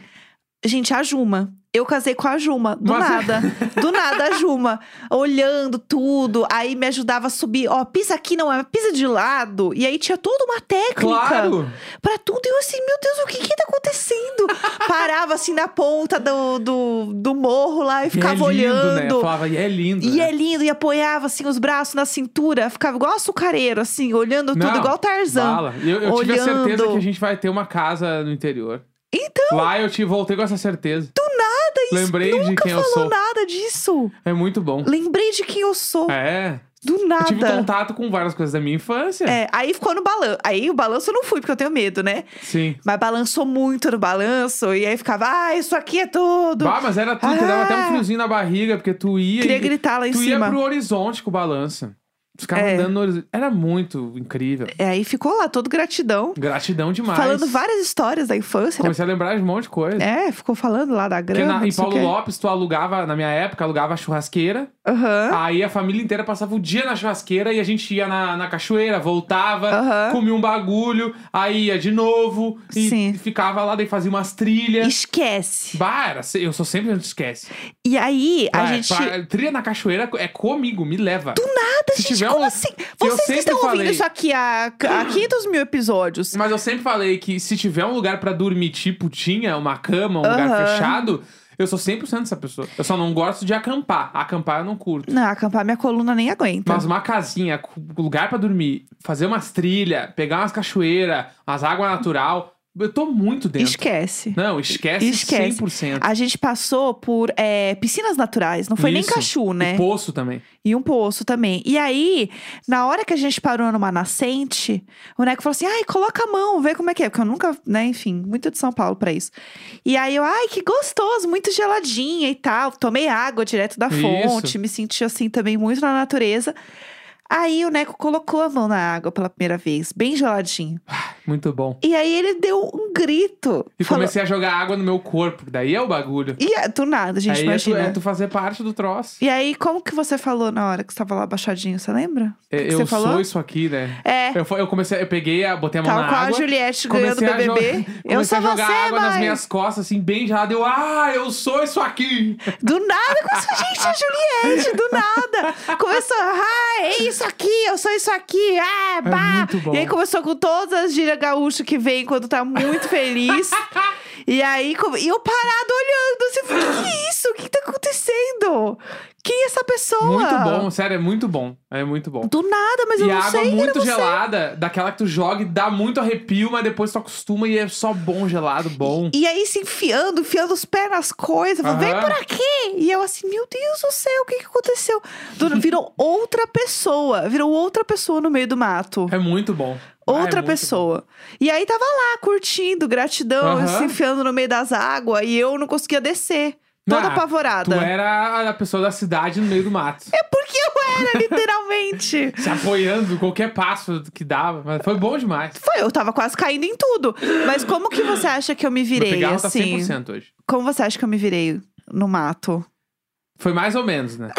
[SPEAKER 1] Gente, a Juma. Eu casei com a Juma, do
[SPEAKER 2] Mas-
[SPEAKER 1] nada. Do nada, a Juma. Olhando tudo, aí me ajudava a subir. Ó, pisa aqui, não é, pisa de lado. E aí tinha toda uma técnica.
[SPEAKER 2] Claro!
[SPEAKER 1] Pra tudo. E eu assim, meu Deus, o que que tá acontecendo? Parava assim na ponta do, do, do morro lá e ficava
[SPEAKER 2] é lindo, Né? Eu
[SPEAKER 1] olhando.
[SPEAKER 2] falava, e é lindo.
[SPEAKER 1] E
[SPEAKER 2] né?
[SPEAKER 1] é lindo, e apoiava assim os braços na cintura, ficava igual açucareiro, assim, olhando tudo,
[SPEAKER 2] Não,
[SPEAKER 1] igual Tarzan.
[SPEAKER 2] Bala. Eu, eu tive a certeza
[SPEAKER 1] Olhando.
[SPEAKER 2] que a gente vai ter uma casa no interior.
[SPEAKER 1] Então,
[SPEAKER 2] Lá eu te voltei com essa certeza. Do nada,
[SPEAKER 1] isso
[SPEAKER 2] Lembrei de
[SPEAKER 1] nunca
[SPEAKER 2] quem eu
[SPEAKER 1] falou
[SPEAKER 2] sou.
[SPEAKER 1] nada disso.
[SPEAKER 2] É muito bom.
[SPEAKER 1] Lembrei de quem eu sou.
[SPEAKER 2] É.
[SPEAKER 1] Do
[SPEAKER 2] Eu tive né?
[SPEAKER 1] nada.
[SPEAKER 2] contato com várias coisas da minha infância.
[SPEAKER 1] É, aí ficou no balanço. Aí o balanço eu não fui, porque eu tenho medo, né?
[SPEAKER 2] Sim.
[SPEAKER 1] Mas balançou muito no balanço. E aí ficava, ah, isso aqui é tudo.
[SPEAKER 2] Bah, mas era tudo,
[SPEAKER 1] Ah!
[SPEAKER 2] dava até um friozinho na barriga, porque tu ia.
[SPEAKER 1] Queria
[SPEAKER 2] e-
[SPEAKER 1] gritar lá em
[SPEAKER 2] tu
[SPEAKER 1] cima.
[SPEAKER 2] ia pro horizonte com o balança. Ficava
[SPEAKER 1] É.
[SPEAKER 2] andando no horizonte. Era muito incrível.
[SPEAKER 1] É, aí ficou lá, todo gratidão.
[SPEAKER 2] Gratidão demais.
[SPEAKER 1] Falando várias histórias da infância. né?
[SPEAKER 2] Comecei a lembrar de um monte de coisa.
[SPEAKER 1] É, ficou falando lá da
[SPEAKER 2] Porque
[SPEAKER 1] grama.
[SPEAKER 2] na,
[SPEAKER 1] não
[SPEAKER 2] em
[SPEAKER 1] sei o
[SPEAKER 2] Paulo
[SPEAKER 1] quê.
[SPEAKER 2] Lopes, tu alugava, na minha época, alugava a churrasqueira.
[SPEAKER 1] Aham.
[SPEAKER 2] Aí a família inteira passava o dia na churrasqueira e a gente ia na, na cachoeira, voltava,
[SPEAKER 1] Aham.
[SPEAKER 2] comia um bagulho, aí ia de novo e
[SPEAKER 1] Sim.
[SPEAKER 2] ficava lá, daí fazia umas trilhas.
[SPEAKER 1] Esquece.
[SPEAKER 2] Bah, era se- eu sou sempre a gente esquece.
[SPEAKER 1] E aí, a
[SPEAKER 2] Bah,
[SPEAKER 1] gente.
[SPEAKER 2] bah, trilha na cachoeira é comigo, me leva. Do
[SPEAKER 1] Nada,
[SPEAKER 2] se
[SPEAKER 1] gente,
[SPEAKER 2] tiver
[SPEAKER 1] como
[SPEAKER 2] um-
[SPEAKER 1] assim?
[SPEAKER 2] eu
[SPEAKER 1] Vocês que
[SPEAKER 2] sempre
[SPEAKER 1] estão
[SPEAKER 2] falei.
[SPEAKER 1] ouvindo isso aqui há, há 500 mil episódios.
[SPEAKER 2] Mas eu sempre falei que se tiver um lugar pra dormir, tipo, tinha uma cama, um lugar
[SPEAKER 1] Aham.
[SPEAKER 2] fechado, eu sou 100% essa pessoa. Eu só não gosto de acampar. Acampar eu não curto.
[SPEAKER 1] Não, acampar minha coluna nem aguenta.
[SPEAKER 2] Mas uma casinha, com lugar pra dormir, fazer umas trilhas, pegar umas cachoeiras, umas águas natural, eu tô muito dentro.
[SPEAKER 1] Esquece.
[SPEAKER 2] Não, esquece,
[SPEAKER 1] Esquece. Ah,
[SPEAKER 2] 100%.
[SPEAKER 1] A gente passou por é, piscinas naturais, não foi nem
[SPEAKER 2] Isso.
[SPEAKER 1] cachu, né?
[SPEAKER 2] E poço também.
[SPEAKER 1] E um poço também. E aí, na hora que a gente parou numa nascente, o Neco falou assim: ai, coloca a mão, vê como é que é. Porque eu nunca, né, enfim, muito de São Paulo pra isso. E aí eu, ai, que gostoso, muito geladinha e tal. Tomei água direto da
[SPEAKER 2] Isso.
[SPEAKER 1] fonte, me senti assim também muito na natureza. Aí o Neco colocou a mão na água pela primeira vez, bem geladinho.
[SPEAKER 2] Muito bom.
[SPEAKER 1] E aí ele deu um grito.
[SPEAKER 2] E
[SPEAKER 1] falou,
[SPEAKER 2] comecei a jogar água no meu corpo, daí é o bagulho.
[SPEAKER 1] e é- do nada, gente,
[SPEAKER 2] Aí é tu,
[SPEAKER 1] imagina.
[SPEAKER 2] é tu fazer parte do troço.
[SPEAKER 1] E aí, como que você falou na hora que você tava lá baixadinho, você lembra? O que
[SPEAKER 2] É,
[SPEAKER 1] que
[SPEAKER 2] eu
[SPEAKER 1] você
[SPEAKER 2] sou
[SPEAKER 1] falou?
[SPEAKER 2] isso aqui, né?
[SPEAKER 1] É,
[SPEAKER 2] Eu, fo- eu comecei, eu peguei, a, botei a mão
[SPEAKER 1] tal
[SPEAKER 2] na
[SPEAKER 1] qual
[SPEAKER 2] água.
[SPEAKER 1] a Juliette ganhando
[SPEAKER 2] Comecei a jo-
[SPEAKER 1] BBB. eu
[SPEAKER 2] comecei
[SPEAKER 1] sou
[SPEAKER 2] a jogar
[SPEAKER 1] você,
[SPEAKER 2] água nas
[SPEAKER 1] mãe.
[SPEAKER 2] minhas costas, assim, bem gelada. Eu, ah, eu sou isso aqui!
[SPEAKER 1] Do nada, começou, gente, a Juliette, do nada. Começou, ah, é isso aqui, eu sou isso aqui, ah, bah.
[SPEAKER 2] É muito bom.
[SPEAKER 1] E aí começou com todas as gírias gaúcho que vem quando tá muito feliz. e aí, come- e eu parado olhando, assim, falei, que que é isso? O que que tá acontecendo? Quem é essa pessoa?
[SPEAKER 2] Muito bom, sério, é muito bom. É muito bom.
[SPEAKER 1] Do nada, mas eu
[SPEAKER 2] e a
[SPEAKER 1] não
[SPEAKER 2] água
[SPEAKER 1] sei.
[SPEAKER 2] muito
[SPEAKER 1] você.
[SPEAKER 2] gelada, daquela que tu joga e dá muito arrepio, mas depois tu acostuma e é só bom gelado, bom.
[SPEAKER 1] E aí se enfiando, enfiando os pés nas coisas. falou, Vem
[SPEAKER 2] Aham.
[SPEAKER 1] por aqui! E eu assim, meu Deus do céu, o que, que aconteceu? Do- Virou outra pessoa. Virou outra pessoa no meio do mato.
[SPEAKER 2] É muito bom. Ah, é
[SPEAKER 1] Outra
[SPEAKER 2] muito
[SPEAKER 1] pessoa. E aí tava lá, curtindo, gratidão,
[SPEAKER 2] Aham.
[SPEAKER 1] se enfiando no meio das águas. E eu não conseguia descer. Toda
[SPEAKER 2] Ah, bom. Tu
[SPEAKER 1] apavorada.
[SPEAKER 2] era a pessoa da cidade no meio do mato.
[SPEAKER 1] É porque eu era, literalmente.
[SPEAKER 2] Se apoiando em qualquer passo que dava. Mas foi bom demais.
[SPEAKER 1] Foi, eu tava quase caindo em tudo. Mas como que você acha que eu me
[SPEAKER 2] Meu
[SPEAKER 1] virei,
[SPEAKER 2] pegarro tá
[SPEAKER 1] assim?
[SPEAKER 2] 100% hoje.
[SPEAKER 1] Como você acha que eu me virei no mato?
[SPEAKER 2] Foi mais ou menos, né?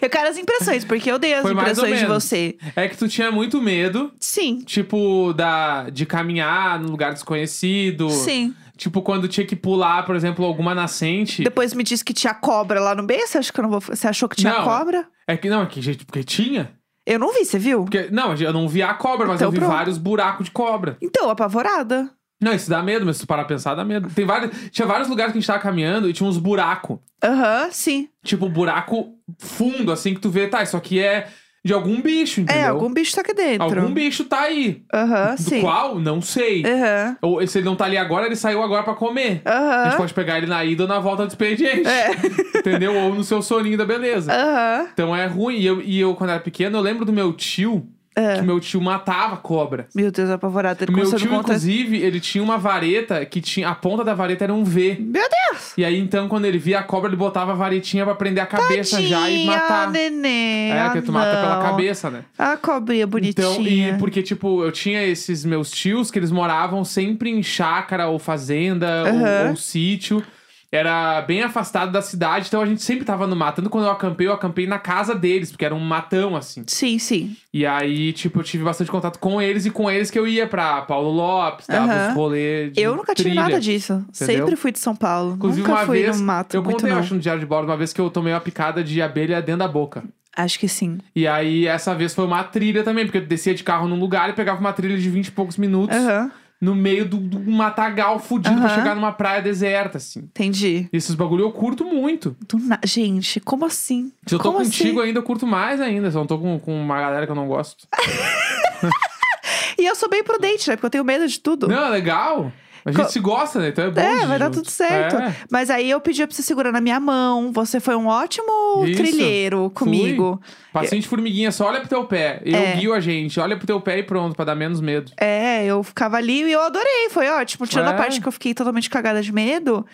[SPEAKER 1] Eu quero as impressões, porque eu dei as
[SPEAKER 2] Foi mais ou
[SPEAKER 1] impressões de
[SPEAKER 2] menos.
[SPEAKER 1] você.
[SPEAKER 2] É que tu tinha muito medo,
[SPEAKER 1] Sim.
[SPEAKER 2] tipo, da, de caminhar num lugar desconhecido.
[SPEAKER 1] Sim.
[SPEAKER 2] Tipo, quando tinha que pular, por exemplo, alguma nascente.
[SPEAKER 1] Depois me disse que tinha cobra lá no meio. Você acha que eu não vou. Você achou que tinha
[SPEAKER 2] Não.
[SPEAKER 1] cobra?
[SPEAKER 2] É que não, é que gente, porque tinha.
[SPEAKER 1] Eu não vi, você viu?
[SPEAKER 2] Porque, não, eu não vi a cobra, mas
[SPEAKER 1] Então
[SPEAKER 2] eu vi
[SPEAKER 1] pronto.
[SPEAKER 2] vários buracos de cobra.
[SPEAKER 1] Então, apavorada.
[SPEAKER 2] Não, isso dá medo, mas se tu parar pra pensar, dá medo. Tem vários, tinha vários lugares que a gente tava caminhando e tinha uns buracos.
[SPEAKER 1] Aham, sim.
[SPEAKER 2] Tipo, buraco fundo, assim, que tu vê, tá, isso aqui é de algum bicho, entendeu?
[SPEAKER 1] É, algum Assim. bicho tá aqui
[SPEAKER 2] Algum
[SPEAKER 1] dentro.
[SPEAKER 2] bicho tá aí.
[SPEAKER 1] Aham,
[SPEAKER 2] Do
[SPEAKER 1] sim.
[SPEAKER 2] qual? Não sei.
[SPEAKER 1] É. Aham.
[SPEAKER 2] Ou se ele não tá ali agora, ele saiu agora pra comer. A gente
[SPEAKER 1] Aham. É.
[SPEAKER 2] pode pegar ele na ida ou na volta do expediente. Entendeu? Ou no seu soninho da beleza.
[SPEAKER 1] Aham.
[SPEAKER 2] Então é ruim. E eu, e eu, quando era pequeno, eu lembro do meu tio,
[SPEAKER 1] É.
[SPEAKER 2] que meu tio matava cobra.
[SPEAKER 1] Meu Deus, apavorada. Ele
[SPEAKER 2] meu
[SPEAKER 1] começou a
[SPEAKER 2] tio,
[SPEAKER 1] contar.
[SPEAKER 2] inclusive, ele tinha uma vareta que tinha. A ponta da vareta era um V.
[SPEAKER 1] Meu Deus!
[SPEAKER 2] E aí, então, quando ele via a cobra, ele botava a varetinha pra prender a cabeça já e
[SPEAKER 1] Tadinha,
[SPEAKER 2] matar.
[SPEAKER 1] neném.
[SPEAKER 2] Era
[SPEAKER 1] ah,
[SPEAKER 2] que tu mata pela
[SPEAKER 1] não.
[SPEAKER 2] cabeça, né?
[SPEAKER 1] A cobrinha bonitinha.
[SPEAKER 2] Então, e porque, tipo, eu tinha esses meus tios que eles moravam sempre em chácara ou fazenda ou- ou,
[SPEAKER 1] Aham.
[SPEAKER 2] sítio. Era bem afastado da cidade, então a gente sempre tava no mato. Tanto quando eu acampei, eu acampei na casa deles, porque era um matão, assim.
[SPEAKER 1] Sim, sim.
[SPEAKER 2] E aí, tipo, eu tive bastante contato com eles e com eles que eu ia pra Paulo Lopes, dava
[SPEAKER 1] Aham.
[SPEAKER 2] uns rolês de
[SPEAKER 1] Eu nunca tive
[SPEAKER 2] trilha.
[SPEAKER 1] nada disso. Sempre fui de São Paulo.
[SPEAKER 2] Inclusive,
[SPEAKER 1] nunca
[SPEAKER 2] uma
[SPEAKER 1] fui
[SPEAKER 2] vez,
[SPEAKER 1] no mato
[SPEAKER 2] Eu
[SPEAKER 1] muito
[SPEAKER 2] contei, eu
[SPEAKER 1] não.
[SPEAKER 2] acho, no diário de bordo, uma vez que eu tomei uma picada de abelha dentro da boca.
[SPEAKER 1] Acho que sim.
[SPEAKER 2] E aí, essa vez foi uma trilha também, porque eu descia de carro num lugar e pegava uma trilha de 20 e poucos minutos
[SPEAKER 1] Aham,
[SPEAKER 2] no meio do, do matagal fudido pra
[SPEAKER 1] Aham.
[SPEAKER 2] chegar numa praia deserta, assim.
[SPEAKER 1] entendi.
[SPEAKER 2] Esses bagulho eu curto muito.
[SPEAKER 1] Do na- Gente, como assim?
[SPEAKER 2] Se eu tô
[SPEAKER 1] Como
[SPEAKER 2] contigo ainda, eu curto mais ainda. Se eu não tô com, com uma galera que eu não gosto.
[SPEAKER 1] E eu sou bem prudente, né? Porque eu tenho medo de tudo.
[SPEAKER 2] é- Não, é legal. A gente
[SPEAKER 1] Co-
[SPEAKER 2] se gosta, né? Então é bom.
[SPEAKER 1] É,
[SPEAKER 2] de
[SPEAKER 1] vai dar
[SPEAKER 2] junto.
[SPEAKER 1] tudo certo.
[SPEAKER 2] É.
[SPEAKER 1] Mas aí eu pedi pra você segurar na minha mão. Você foi um ótimo
[SPEAKER 2] Isso.
[SPEAKER 1] trilheiro comigo.
[SPEAKER 2] Paciente formiguinha, só olha pro teu pé. Eu
[SPEAKER 1] É.
[SPEAKER 2] guio a gente, olha pro teu pé e pronto, pra dar menos medo.
[SPEAKER 1] É, eu ficava ali e eu adorei. Foi ótimo. Tirando a
[SPEAKER 2] É.
[SPEAKER 1] parte que eu fiquei totalmente cagada de medo,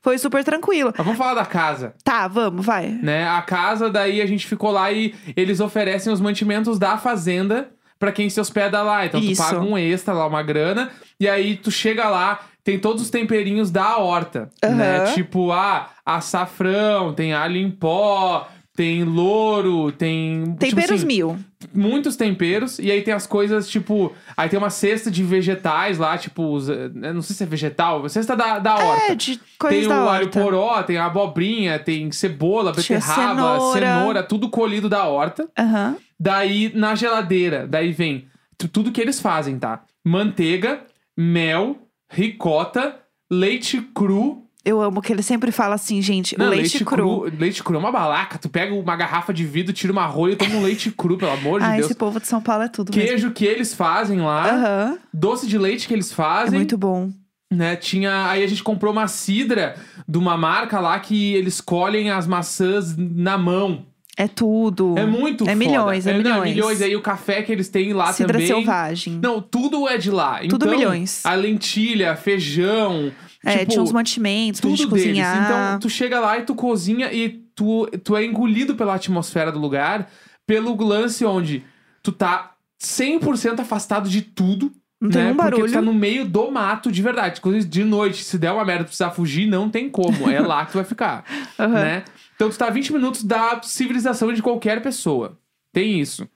[SPEAKER 1] foi super tranquilo.
[SPEAKER 2] Mas vamos falar da casa,
[SPEAKER 1] Tá, vamos, vai.
[SPEAKER 2] né? A casa, daí a gente ficou lá e eles oferecem os mantimentos da fazenda pra quem se hospeda lá. Então
[SPEAKER 1] Isso.
[SPEAKER 2] tu paga um extra lá, uma grana, e aí tu chega lá, tem todos os temperinhos da horta, né?
[SPEAKER 1] Aham.
[SPEAKER 2] Tipo, ah, açafrão, tem alho em pó, tem louro, tem...
[SPEAKER 1] Temperos
[SPEAKER 2] tipo assim,
[SPEAKER 1] mil.
[SPEAKER 2] muitos temperos e aí tem as coisas tipo aí tem uma cesta de vegetais lá tipo os, eh, não sei se é vegetal cesta da, da horta
[SPEAKER 1] É, de coisas
[SPEAKER 2] tem
[SPEAKER 1] da
[SPEAKER 2] o alho
[SPEAKER 1] horta.
[SPEAKER 2] poró tem a abobrinha tem cebola
[SPEAKER 1] Tinha
[SPEAKER 2] beterraba
[SPEAKER 1] cenoura.
[SPEAKER 2] tudo colhido da horta
[SPEAKER 1] Aham.
[SPEAKER 2] daí na geladeira daí vem tu- tudo que eles fazem tá manteiga mel ricota leite cru
[SPEAKER 1] Eu amo que ele sempre fala assim, gente,
[SPEAKER 2] não,
[SPEAKER 1] leite, cru.
[SPEAKER 2] Leite cru é uma balaca. Tu pega uma garrafa de vidro, tira uma rolha e toma um leite cru, pelo amor de
[SPEAKER 1] ah,
[SPEAKER 2] Deus.
[SPEAKER 1] esse povo de São Paulo é tudo mesmo.
[SPEAKER 2] Queijo que eles fazem lá.
[SPEAKER 1] Aham.
[SPEAKER 2] doce de leite que eles
[SPEAKER 1] É
[SPEAKER 2] fazem,
[SPEAKER 1] muito bom.
[SPEAKER 2] né? Tinha, aí a gente comprou uma sidra de uma marca lá que eles colhem as maçãs na mão.
[SPEAKER 1] É tudo.
[SPEAKER 2] É muito
[SPEAKER 1] É
[SPEAKER 2] foda.
[SPEAKER 1] milhões, é
[SPEAKER 2] não,
[SPEAKER 1] milhões.
[SPEAKER 2] milhões aí o café que eles têm lá
[SPEAKER 1] Cidra
[SPEAKER 2] também.
[SPEAKER 1] selvagem.
[SPEAKER 2] Não, tudo é de lá.
[SPEAKER 1] Tudo
[SPEAKER 2] então,
[SPEAKER 1] milhões.
[SPEAKER 2] A lentilha, feijão,
[SPEAKER 1] é,
[SPEAKER 2] tipo,
[SPEAKER 1] tinha uns mantimentos pra
[SPEAKER 2] tudo
[SPEAKER 1] gente
[SPEAKER 2] deles.
[SPEAKER 1] cozinhar.
[SPEAKER 2] Então, tu chega lá e tu cozinha e tu, tu é engolido pela atmosfera do lugar, pelo lance onde tu tá 100% afastado de tudo.
[SPEAKER 1] Não tem
[SPEAKER 2] né?
[SPEAKER 1] um
[SPEAKER 2] Porque
[SPEAKER 1] barulho.
[SPEAKER 2] tu tá no meio do mato de verdade. Inclusive, de noite, se der uma merda e precisar fugir, não tem como. É lá que tu vai ficar,
[SPEAKER 1] Aham.
[SPEAKER 2] né? Então tu tá a 20 minutos da civilização de qualquer pessoa. Tem isso.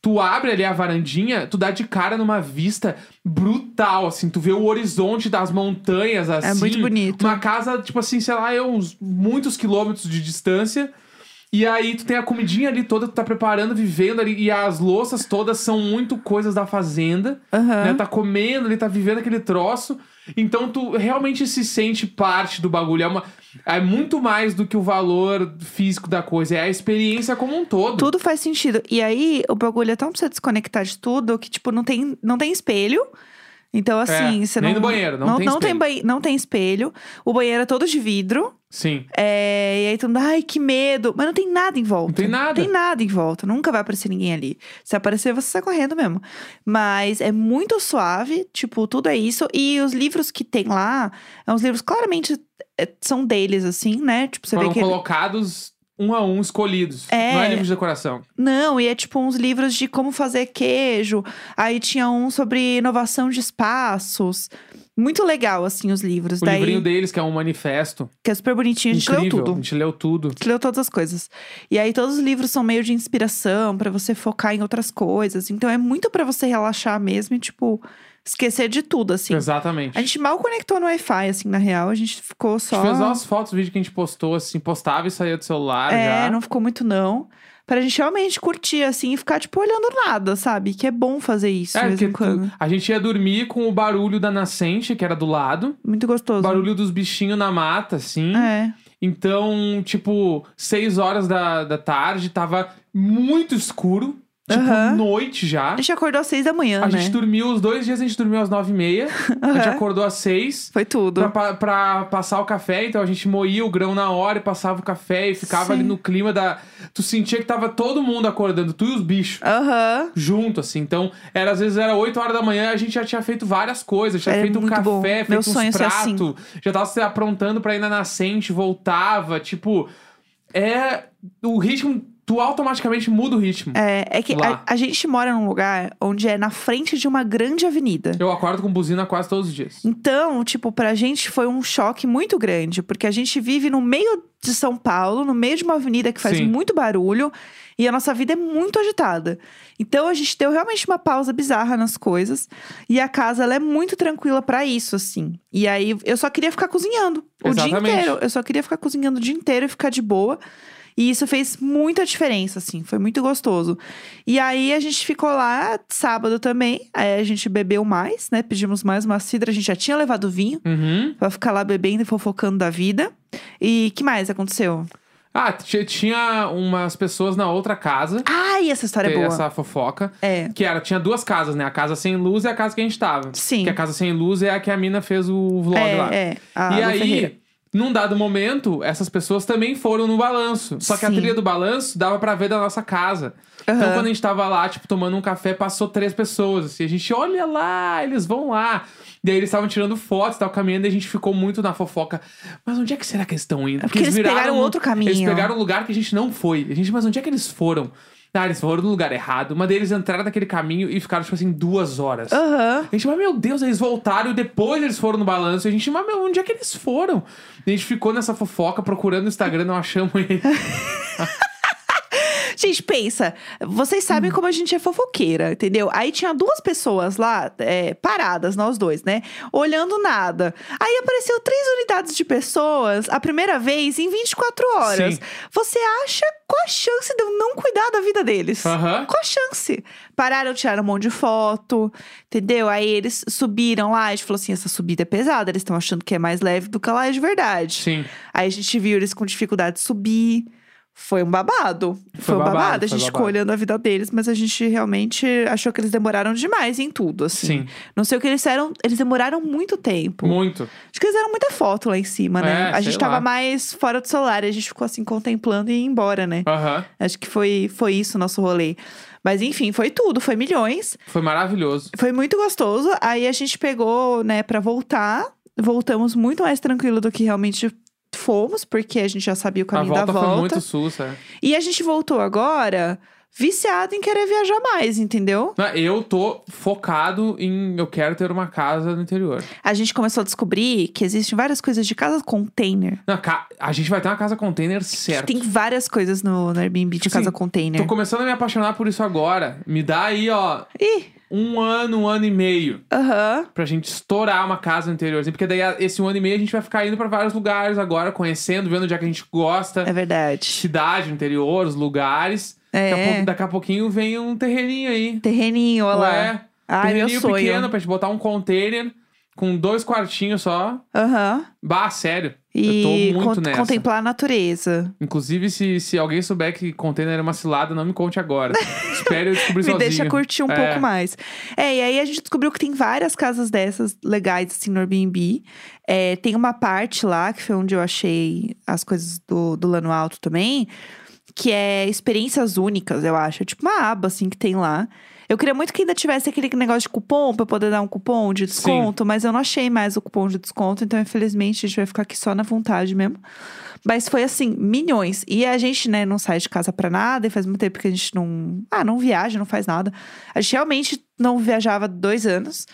[SPEAKER 2] Tu abre ali a varandinha, tu dá de cara numa vista brutal, assim. Tu vê o horizonte das montanhas, assim.
[SPEAKER 1] É muito bonito.
[SPEAKER 2] Uma casa, tipo assim, sei lá, é uns muitos quilômetros de distância. E aí tu tem a comidinha ali toda, tu tá preparando, vivendo ali. E as louças todas são muito coisas da fazenda.
[SPEAKER 1] Aham.
[SPEAKER 2] Né? Tá comendo ali, tá vivendo aquele troço. Então tu realmente se sente parte do bagulho. É, uma- é muito mais do que o valor físico da coisa. É a experiência como um todo.
[SPEAKER 1] Tudo faz sentido. E aí, o bagulho é tão pra você desconectar de tudo que, tipo, não tem, não tem espelho. Então, assim, você
[SPEAKER 2] É, nem
[SPEAKER 1] não.
[SPEAKER 2] no banheiro, não tem
[SPEAKER 1] não tem
[SPEAKER 2] espelho.
[SPEAKER 1] banhe- não tem espelho. O banheiro é todo de vidro.
[SPEAKER 2] Sim.
[SPEAKER 1] É, e aí, tu anda, ai, que medo. Mas não tem nada em volta.
[SPEAKER 2] Não tem nada.
[SPEAKER 1] Não tem nada em volta. Nunca vai aparecer ninguém ali. Se aparecer, você sai correndo mesmo. Mas é muito suave, tipo, tudo é isso. E os livros que tem lá, é uns livros claramente é, são deles, assim, né? Tipo, você
[SPEAKER 2] Foram
[SPEAKER 1] vê que.
[SPEAKER 2] colocados um a um, escolhidos.
[SPEAKER 1] É.
[SPEAKER 2] Não é livro de decoração.
[SPEAKER 1] Não, e é tipo uns livros de como fazer queijo. Aí tinha um sobre inovação de espaços. Muito legal, assim, os livros.
[SPEAKER 2] O
[SPEAKER 1] Daí,
[SPEAKER 2] livrinho deles, que é um manifesto.
[SPEAKER 1] que é super bonitinho, a gente
[SPEAKER 2] incrível.
[SPEAKER 1] leu
[SPEAKER 2] A
[SPEAKER 1] tudo.
[SPEAKER 2] gente leu tudo.
[SPEAKER 1] A gente leu todas as coisas. E aí todos os livros são meio de inspiração pra você focar em outras coisas. Então é muito pra você relaxar mesmo e, tipo, esquecer de tudo, assim.
[SPEAKER 2] Exatamente.
[SPEAKER 1] A gente mal conectou no Wi-Fi, assim, na real. A gente ficou
[SPEAKER 2] A
[SPEAKER 1] só.
[SPEAKER 2] gente fez umas fotos, vídeo que a gente postou, assim, postava e saía do celular
[SPEAKER 1] É,
[SPEAKER 2] já.
[SPEAKER 1] não ficou muito, não. Pra gente realmente curtir, assim, e ficar, tipo, olhando nada, sabe? Que é bom fazer isso
[SPEAKER 2] É,
[SPEAKER 1] de vez em
[SPEAKER 2] porque
[SPEAKER 1] quando.
[SPEAKER 2] a gente ia dormir com o barulho da nascente, que era do lado.
[SPEAKER 1] Muito gostoso.
[SPEAKER 2] O barulho dos bichinhos na mata, assim.
[SPEAKER 1] É.
[SPEAKER 2] Então, tipo, seis horas da, da tarde, tava muito escuro. Tipo,
[SPEAKER 1] Aham.
[SPEAKER 2] noite já.
[SPEAKER 1] A gente acordou às seis da manhã,
[SPEAKER 2] tá? A
[SPEAKER 1] né?
[SPEAKER 2] gente dormiu, os dois dias a gente dormiu às nove e meia. A gente
[SPEAKER 1] Aham.
[SPEAKER 2] acordou às seis.
[SPEAKER 1] Foi tudo.
[SPEAKER 2] Pra, pa- pra passar o café, então a gente moía o grão na hora e passava o café e ficava
[SPEAKER 1] Sim.
[SPEAKER 2] ali no clima da. Tu sentia que tava todo mundo acordando, tu e os bichos.
[SPEAKER 1] Aham.
[SPEAKER 2] Junto, assim. Então, era, às vezes era 8 horas da manhã e a gente já tinha feito várias coisas. Já tinha
[SPEAKER 1] Era
[SPEAKER 2] feito um
[SPEAKER 1] muito
[SPEAKER 2] café,
[SPEAKER 1] bom.
[SPEAKER 2] feito
[SPEAKER 1] Meu
[SPEAKER 2] uns
[SPEAKER 1] sonho é ser
[SPEAKER 2] pratos.
[SPEAKER 1] assim.
[SPEAKER 2] Já tava se aprontando pra ir na nascente, voltava. Tipo, é. O ritmo. Tu automaticamente muda o ritmo.
[SPEAKER 1] É, é que
[SPEAKER 2] Lá.
[SPEAKER 1] a, a gente mora num lugar onde é na frente de uma grande avenida.
[SPEAKER 2] Eu acordo com buzina quase todos os dias.
[SPEAKER 1] Então, tipo, pra gente foi um choque muito grande, porque a gente vive no meio de São Paulo, no meio de uma avenida que faz
[SPEAKER 2] Sim.
[SPEAKER 1] muito barulho, e a nossa vida é muito agitada. Então, a gente deu realmente uma pausa bizarra nas coisas, e a casa ela é muito tranquila pra isso, assim. E aí, eu só queria ficar cozinhando o
[SPEAKER 2] Exatamente.
[SPEAKER 1] dia inteiro. Eu só queria ficar cozinhando o dia inteiro e ficar de boa. E isso fez muita diferença, assim, foi muito gostoso. E aí a gente ficou lá sábado também, aí a gente bebeu mais, né? Pedimos mais uma cidra, a gente já tinha levado vinho
[SPEAKER 2] Uhum.
[SPEAKER 1] pra ficar lá bebendo e fofocando da vida. E que mais aconteceu?
[SPEAKER 2] Ah, t- tinha umas pessoas na outra casa.
[SPEAKER 1] Ai, essa história é
[SPEAKER 2] ter
[SPEAKER 1] boa.
[SPEAKER 2] essa fofoca.
[SPEAKER 1] É.
[SPEAKER 2] Que era, tinha duas casas, né? A casa sem luz e a casa que a gente tava.
[SPEAKER 1] Sim.
[SPEAKER 2] Que a casa sem luz é a que a mina fez o vlog
[SPEAKER 1] é,
[SPEAKER 2] lá.
[SPEAKER 1] é. A
[SPEAKER 2] e
[SPEAKER 1] Lu
[SPEAKER 2] aí,
[SPEAKER 1] Ferreira.
[SPEAKER 2] num dado momento, essas pessoas também foram no balanço. Só que a
[SPEAKER 1] Sim.
[SPEAKER 2] trilha do balanço dava pra ver da nossa casa. Então,
[SPEAKER 1] Aham.
[SPEAKER 2] quando a gente tava lá, tipo, tomando um café, passou três pessoas. Assim, a gente, olha lá, eles vão lá. E aí eles estavam tirando fotos, estavam caminhando, e a gente ficou muito na fofoca. Mas onde é que será que eles estão indo?
[SPEAKER 1] porque eles pegaram
[SPEAKER 2] um-
[SPEAKER 1] outro caminho.
[SPEAKER 2] Eles pegaram um lugar que a gente não foi. A gente, mas onde é que eles foram? Ah, eles foram no lugar errado. Uma deles entraram naquele caminho e ficaram, tipo assim, duas horas.
[SPEAKER 1] Aham.
[SPEAKER 2] A gente, mas meu Deus, eles voltaram e depois eles foram no balanço. E a gente, mas meu, onde é que eles foram? E a gente ficou nessa fofoca procurando no Instagram, não achamos eles.
[SPEAKER 1] Gente, pensa, vocês sabem
[SPEAKER 2] Hum.
[SPEAKER 1] como a gente é fofoqueira, entendeu? Aí tinha duas pessoas lá, é, paradas, nós dois, né? Olhando nada. Aí apareceu três unidades de pessoas, a primeira vez, em 24 horas.
[SPEAKER 2] Sim.
[SPEAKER 1] Você acha qual a chance de eu não cuidar da vida deles?
[SPEAKER 2] Aham.
[SPEAKER 1] Qual a chance? Pararam, tiraram um monte de foto, entendeu? Aí eles subiram lá, a gente falou assim: essa subida é pesada, eles estão achando que é mais leve do que ela é de verdade.
[SPEAKER 2] Sim.
[SPEAKER 1] Aí a gente viu eles com dificuldade de subir. Foi um babado. Foi, um babado.
[SPEAKER 2] babado,
[SPEAKER 1] A
[SPEAKER 2] foi
[SPEAKER 1] gente ficou
[SPEAKER 2] babado.
[SPEAKER 1] olhando a vida deles, mas a gente realmente achou que eles demoraram demais em tudo, assim.
[SPEAKER 2] Sim.
[SPEAKER 1] Não sei o que eles fizeram. Eles demoraram muito tempo.
[SPEAKER 2] Muito.
[SPEAKER 1] Acho que eles deram muita foto lá em cima, né?
[SPEAKER 2] É,
[SPEAKER 1] a
[SPEAKER 2] sei
[SPEAKER 1] gente tava
[SPEAKER 2] lá.
[SPEAKER 1] mais fora do celular. A gente ficou assim contemplando e ia embora, né?
[SPEAKER 2] Aham.
[SPEAKER 1] Acho que foi, foi isso o nosso rolê. Mas enfim, foi tudo. Foi milhões.
[SPEAKER 2] Foi maravilhoso.
[SPEAKER 1] Foi muito gostoso. Aí a gente pegou, né, pra voltar. Voltamos muito mais tranquilo do que realmente fomos, porque a gente já sabia o
[SPEAKER 2] A
[SPEAKER 1] caminho
[SPEAKER 2] volta,
[SPEAKER 1] da volta.
[SPEAKER 2] foi muito sussa.
[SPEAKER 1] E a gente voltou agora viciada em querer viajar mais, entendeu?
[SPEAKER 2] Não, Eu tô focado em. Eu quero ter uma casa no interior.
[SPEAKER 1] A gente começou a descobrir que existem várias coisas de casa container.
[SPEAKER 2] Não, ca- a gente vai ter uma casa container certo.
[SPEAKER 1] Tem né? várias coisas no, no Airbnb de
[SPEAKER 2] Assim,
[SPEAKER 1] casa container.
[SPEAKER 2] Tô começando a me apaixonar por isso agora. Me dá aí, ó,
[SPEAKER 1] Ih,
[SPEAKER 2] um ano, um ano e meio.
[SPEAKER 1] aham.
[SPEAKER 2] Pra gente estourar uma casa no interior. assim, Porque daí a- esse um ano e meio a gente vai ficar indo pra vários lugares agora, conhecendo, vendo onde é que a gente gosta.
[SPEAKER 1] É verdade.
[SPEAKER 2] Cidade, no interior, os lugares. Daqui, a
[SPEAKER 1] É.
[SPEAKER 2] Tipo, tá um pouco, daqui a pouquinho vem um terreninho aí.
[SPEAKER 1] Terreninho, olha lá.
[SPEAKER 2] Ué,
[SPEAKER 1] Ai, meu
[SPEAKER 2] terreninho
[SPEAKER 1] sonho.
[SPEAKER 2] pequeno pra gente botar um container com dois quartinhos só.
[SPEAKER 1] Aham.
[SPEAKER 2] Bah, sério.
[SPEAKER 1] E
[SPEAKER 2] eu tô muito
[SPEAKER 1] con-
[SPEAKER 2] nessa.
[SPEAKER 1] contemplar a natureza.
[SPEAKER 2] Inclusive, se, se alguém souber que container é uma cilada, não me conte agora. Espere eu descobrir
[SPEAKER 1] Me
[SPEAKER 2] sozinho.
[SPEAKER 1] deixa curtir um
[SPEAKER 2] É.
[SPEAKER 1] pouco mais. É, e aí a gente descobriu que tem várias casas dessas legais, assim, no Airbnb. É, tem uma parte lá, que foi onde eu achei as coisas do, do Lano Alto também, que é experiências únicas, eu acho. É tipo uma aba, assim, que tem lá. Eu queria muito que ainda tivesse aquele negócio de cupom, pra eu poder dar um cupom de desconto, mas eu não achei mais o cupom de desconto, então infelizmente a gente vai ficar aqui só na vontade mesmo. Mas foi assim, milhões. E a gente, né, não sai de casa pra nada, e faz muito tempo que a gente não. Ah, não viaja, não faz nada. A gente realmente não viajava há dois anos.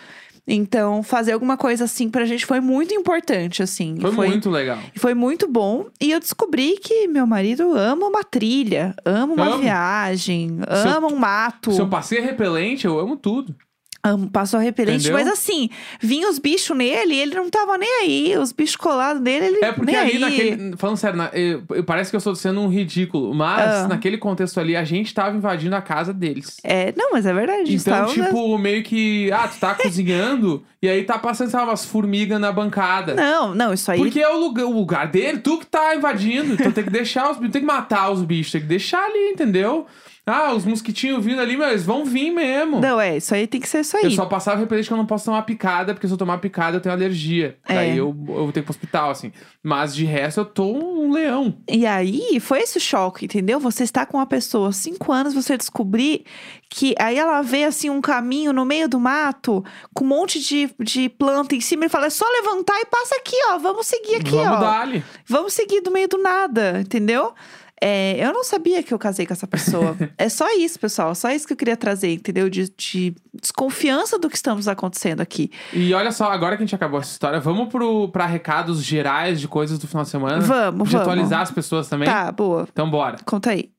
[SPEAKER 1] Então, fazer alguma coisa assim pra gente foi muito importante, assim. E
[SPEAKER 2] Foi, muito legal.
[SPEAKER 1] e Foi muito bom. E eu descobri que meu marido ama uma trilha, ama uma
[SPEAKER 2] Amo.
[SPEAKER 1] viagem,
[SPEAKER 2] Seu-
[SPEAKER 1] ama um mato.
[SPEAKER 2] Se eu passei repelente, eu amo tudo.
[SPEAKER 1] Amo, passou repelente.
[SPEAKER 2] Entendeu?
[SPEAKER 1] Mas assim, vinha os bichos nele e ele não tava nem aí. Os bichos colados nele, ele
[SPEAKER 2] É porque
[SPEAKER 1] nem
[SPEAKER 2] ali
[SPEAKER 1] aí.
[SPEAKER 2] naquele. Falando sério, na- eu- eu- parece que eu estou sendo um ridículo, mas
[SPEAKER 1] Ah.
[SPEAKER 2] naquele contexto ali, a gente tava invadindo a casa deles.
[SPEAKER 1] É, não, mas é verdade. a gente
[SPEAKER 2] Então,
[SPEAKER 1] tava-
[SPEAKER 2] tipo, meio que. Ah, tu tá cozinhando e aí tá passando, sei lá, umas formigas na bancada.
[SPEAKER 1] Não, não, isso aí.
[SPEAKER 2] Porque é o lugar, o lugar dele, tu que tá invadindo. Então tem que deixar os bichos, tem que matar os bichos, tem que deixar ali, entendeu? Ah, os mosquitinhos vindo ali, mas eles vão vir mesmo.
[SPEAKER 1] Não, é, isso aí tem que ser isso
[SPEAKER 2] Eu
[SPEAKER 1] aí.
[SPEAKER 2] só passava repelente que eu não posso tomar picada, porque se eu tomar picada eu tenho alergia.
[SPEAKER 1] É.
[SPEAKER 2] Daí eu, eu vou ter que ir pro hospital, assim. Mas de resto eu tô um leão.
[SPEAKER 1] E aí, foi esse o choque, entendeu? Você está com uma pessoa há cinco anos, você descobrir que aí ela vê assim um caminho no meio do mato, com um monte de, de planta em cima, e fala: é só levantar e passa aqui, ó. Vamos seguir aqui,
[SPEAKER 2] Vamos
[SPEAKER 1] ó.
[SPEAKER 2] dar-lhe.
[SPEAKER 1] Vamos seguir do meio do nada, entendeu? É, eu não sabia que eu casei com essa pessoa. é só isso, pessoal. Só isso que eu queria trazer, entendeu? De, de desconfiança do que estamos acontecendo aqui.
[SPEAKER 2] E olha só, agora que a gente acabou essa história, vamos pro, pra recados gerais de coisas do final de semana?
[SPEAKER 1] Vamos,
[SPEAKER 2] Ah, De
[SPEAKER 1] vamos.
[SPEAKER 2] atualizar as pessoas também?
[SPEAKER 1] Tá, boa.
[SPEAKER 2] Então bora.
[SPEAKER 1] Conta aí.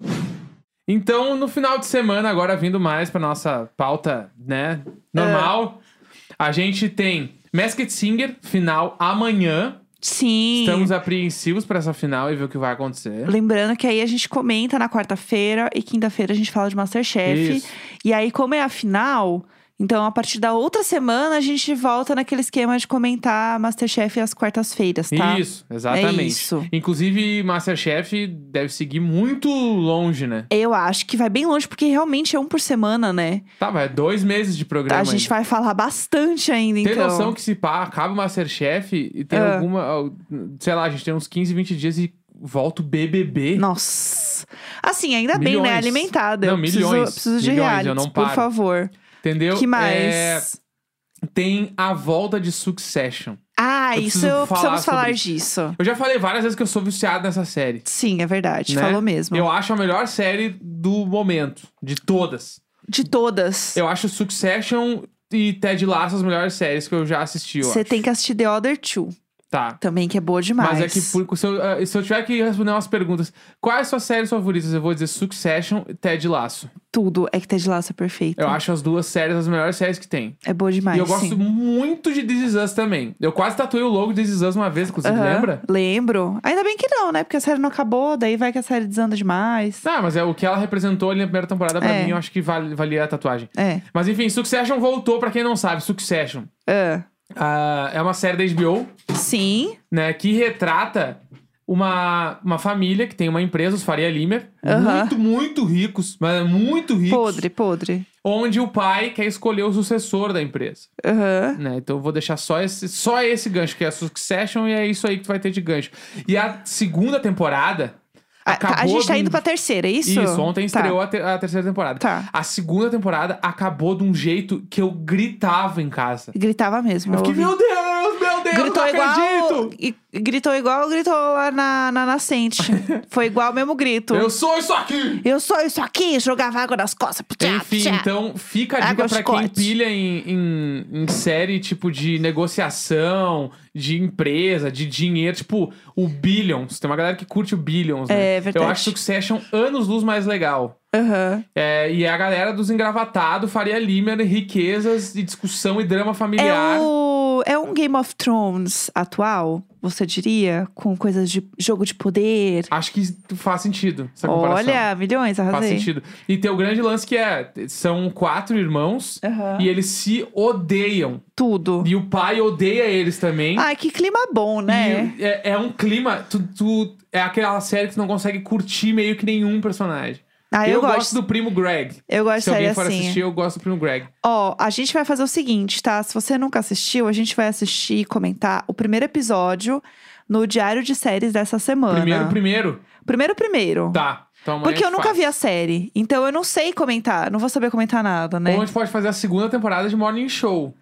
[SPEAKER 2] Então, no final de semana, agora vindo mais pra nossa pauta, né, normal, a gente tem Masked Singer, final amanhã.
[SPEAKER 1] Sim.
[SPEAKER 2] Estamos né? apreensivos pra essa final e ver o que vai acontecer.
[SPEAKER 1] Lembrando que aí a gente comenta na quarta-feira e quinta-feira a gente fala de Masterchef.
[SPEAKER 2] Isso.
[SPEAKER 1] E aí, como é a final, então a partir da outra semana a gente volta naquele esquema de comentar Masterchef às quartas-feiras, tá?
[SPEAKER 2] Isso, exatamente.
[SPEAKER 1] É isso.
[SPEAKER 2] Inclusive, Masterchef deve seguir muito longe, né?
[SPEAKER 1] Eu acho que vai bem longe, porque realmente é um por semana, né?
[SPEAKER 2] Tá, vai dois meses de programa.
[SPEAKER 1] a gente
[SPEAKER 2] ainda.
[SPEAKER 1] vai falar bastante ainda,
[SPEAKER 2] Tem
[SPEAKER 1] então.
[SPEAKER 2] noção que se pá, acaba o Masterchef e tem
[SPEAKER 1] Ah.
[SPEAKER 2] alguma. Sei lá, a gente tem uns 15, 20 dias e volta o BBB.
[SPEAKER 1] Nossa. Assim, ainda bem, né?
[SPEAKER 2] Milhões.
[SPEAKER 1] Alimentada.
[SPEAKER 2] Não,
[SPEAKER 1] eu preciso,
[SPEAKER 2] milhões.
[SPEAKER 1] preciso de
[SPEAKER 2] Milhões, eu
[SPEAKER 1] reais,
[SPEAKER 2] não
[SPEAKER 1] por
[SPEAKER 2] paro.
[SPEAKER 1] favor.
[SPEAKER 2] Entendeu?
[SPEAKER 1] que mais?
[SPEAKER 2] É, tem a volta de Succession.
[SPEAKER 1] Ah,
[SPEAKER 2] Eu
[SPEAKER 1] isso
[SPEAKER 2] preciso
[SPEAKER 1] eu-
[SPEAKER 2] falar
[SPEAKER 1] precisamos
[SPEAKER 2] sobre
[SPEAKER 1] falar
[SPEAKER 2] isso.
[SPEAKER 1] disso.
[SPEAKER 2] Eu já falei várias vezes que eu sou viciado nessa série.
[SPEAKER 1] Sim, é verdade.
[SPEAKER 2] Né?
[SPEAKER 1] Falou mesmo.
[SPEAKER 2] Eu acho a melhor série do momento, de todas.
[SPEAKER 1] De todas.
[SPEAKER 2] Eu acho Succession e Ted Lasso as melhores séries que eu já assisti, eu
[SPEAKER 1] Você
[SPEAKER 2] acho.
[SPEAKER 1] tem que assistir The Other Two
[SPEAKER 2] Tá.
[SPEAKER 1] também, que é boa demais.
[SPEAKER 2] Mas é que por- se, eu, eh, se eu tiver que responder umas perguntas, quais suas séries favoritas? Eu vou dizer Succession e Ted Lasso.
[SPEAKER 1] Tudo é que Ted Lasso é perfeito.
[SPEAKER 2] Eu acho as duas séries as melhores séries que tem.
[SPEAKER 1] É boa demais,
[SPEAKER 2] e eu gosto
[SPEAKER 1] sim.
[SPEAKER 2] muito de This Is Us também. Eu quase tatuei o logo de This Is Us uma vez, inclusive,
[SPEAKER 1] Aham,
[SPEAKER 2] lembra?
[SPEAKER 1] Lembro. Ainda bem que não, né? Porque a série não acabou, daí vai que a série desanda demais.
[SPEAKER 2] Tá, mas é o que ela representou ali na primeira temporada, pra
[SPEAKER 1] É.
[SPEAKER 2] mim, eu acho que vale- valia a tatuagem.
[SPEAKER 1] É.
[SPEAKER 2] Mas enfim, Succession voltou, pra quem não sabe, Succession.
[SPEAKER 1] Ah,
[SPEAKER 2] Ah, é uma série da HBO,
[SPEAKER 1] sim.
[SPEAKER 2] né, que retrata uma, uma família que tem uma empresa, os Faria Limer.
[SPEAKER 1] Aham.
[SPEAKER 2] Muito, muito ricos, mas muito ricos.
[SPEAKER 1] Podre, podre.
[SPEAKER 2] Onde o pai quer escolher o sucessor da empresa.
[SPEAKER 1] Aham.
[SPEAKER 2] né? Então eu vou deixar só esse, só esse gancho, que é a Succession, e é isso aí que tu vai ter de gancho. E a segunda temporada.
[SPEAKER 1] A,
[SPEAKER 2] acabou
[SPEAKER 1] a gente tá
[SPEAKER 2] de um-
[SPEAKER 1] indo pra terceira, é isso?
[SPEAKER 2] Isso, ontem
[SPEAKER 1] Tá.
[SPEAKER 2] estreou a, ter- a terceira temporada.
[SPEAKER 1] Tá.
[SPEAKER 2] A segunda temporada acabou de um jeito que eu gritava em casa.
[SPEAKER 1] Gritava mesmo.
[SPEAKER 2] Eu
[SPEAKER 1] Eu
[SPEAKER 2] fiquei,
[SPEAKER 1] ouvi.
[SPEAKER 2] meu Deus, meu Deus,
[SPEAKER 1] gritou
[SPEAKER 2] não
[SPEAKER 1] igual.
[SPEAKER 2] acredito!
[SPEAKER 1] e- Gritou igual gritou lá na, na nascente. Foi igual o mesmo grito.
[SPEAKER 2] Eu sou isso aqui!
[SPEAKER 1] Eu sou isso aqui, jogava água nas costas. Tchá,
[SPEAKER 2] Enfim,
[SPEAKER 1] tchá.
[SPEAKER 2] então fica a dica
[SPEAKER 1] Água
[SPEAKER 2] pra quem
[SPEAKER 1] chicote.
[SPEAKER 2] pilha em, em, em série tipo de negociação, de empresa, de dinheiro, tipo o Billions. Tem uma galera que curte o Billions, né?
[SPEAKER 1] É verdade.
[SPEAKER 2] Eu acho Succession anos luz mais legal.
[SPEAKER 1] Aham.
[SPEAKER 2] É, e a galera dos engravatados faria Limer, riquezas e discussão e drama
[SPEAKER 1] É,
[SPEAKER 2] familiar.
[SPEAKER 1] o, é um Game of Thrones atual, você diria? Com coisas de jogo de poder.
[SPEAKER 2] Acho que faz sentido essa comparação.
[SPEAKER 1] Olha, milhões,
[SPEAKER 2] Faz
[SPEAKER 1] arrasei.
[SPEAKER 2] sentido. E tem o grande lance que é: são quatro irmãos
[SPEAKER 1] Aham.
[SPEAKER 2] e eles se odeiam.
[SPEAKER 1] Tudo.
[SPEAKER 2] E o pai odeia eles também.
[SPEAKER 1] Ai, que clima bom, né?
[SPEAKER 2] E é, é um clima. Tu, tu- é aquela série que tu não consegue curtir meio que nenhum personagem.
[SPEAKER 1] Ah, eu,
[SPEAKER 2] gosto.
[SPEAKER 1] gosto.
[SPEAKER 2] do primo Greg.
[SPEAKER 1] Eu gosto
[SPEAKER 2] Se
[SPEAKER 1] de série
[SPEAKER 2] alguém for
[SPEAKER 1] assim.
[SPEAKER 2] assistir, eu gosto do primo Greg.
[SPEAKER 1] Ó, a gente vai fazer o seguinte, tá? Se você nunca assistiu, a gente vai assistir e comentar o primeiro episódio no Diário de Séries dessa semana.
[SPEAKER 2] Primeiro, primeiro.
[SPEAKER 1] Primeiro, primeiro.
[SPEAKER 2] Tá. Então, amanhã
[SPEAKER 1] Porque
[SPEAKER 2] a
[SPEAKER 1] eu
[SPEAKER 2] gente
[SPEAKER 1] nunca
[SPEAKER 2] faz.
[SPEAKER 1] vi a série. Então eu não sei comentar. Não vou saber comentar nada, né?
[SPEAKER 2] Ou a gente pode fazer a segunda temporada de Morning Show.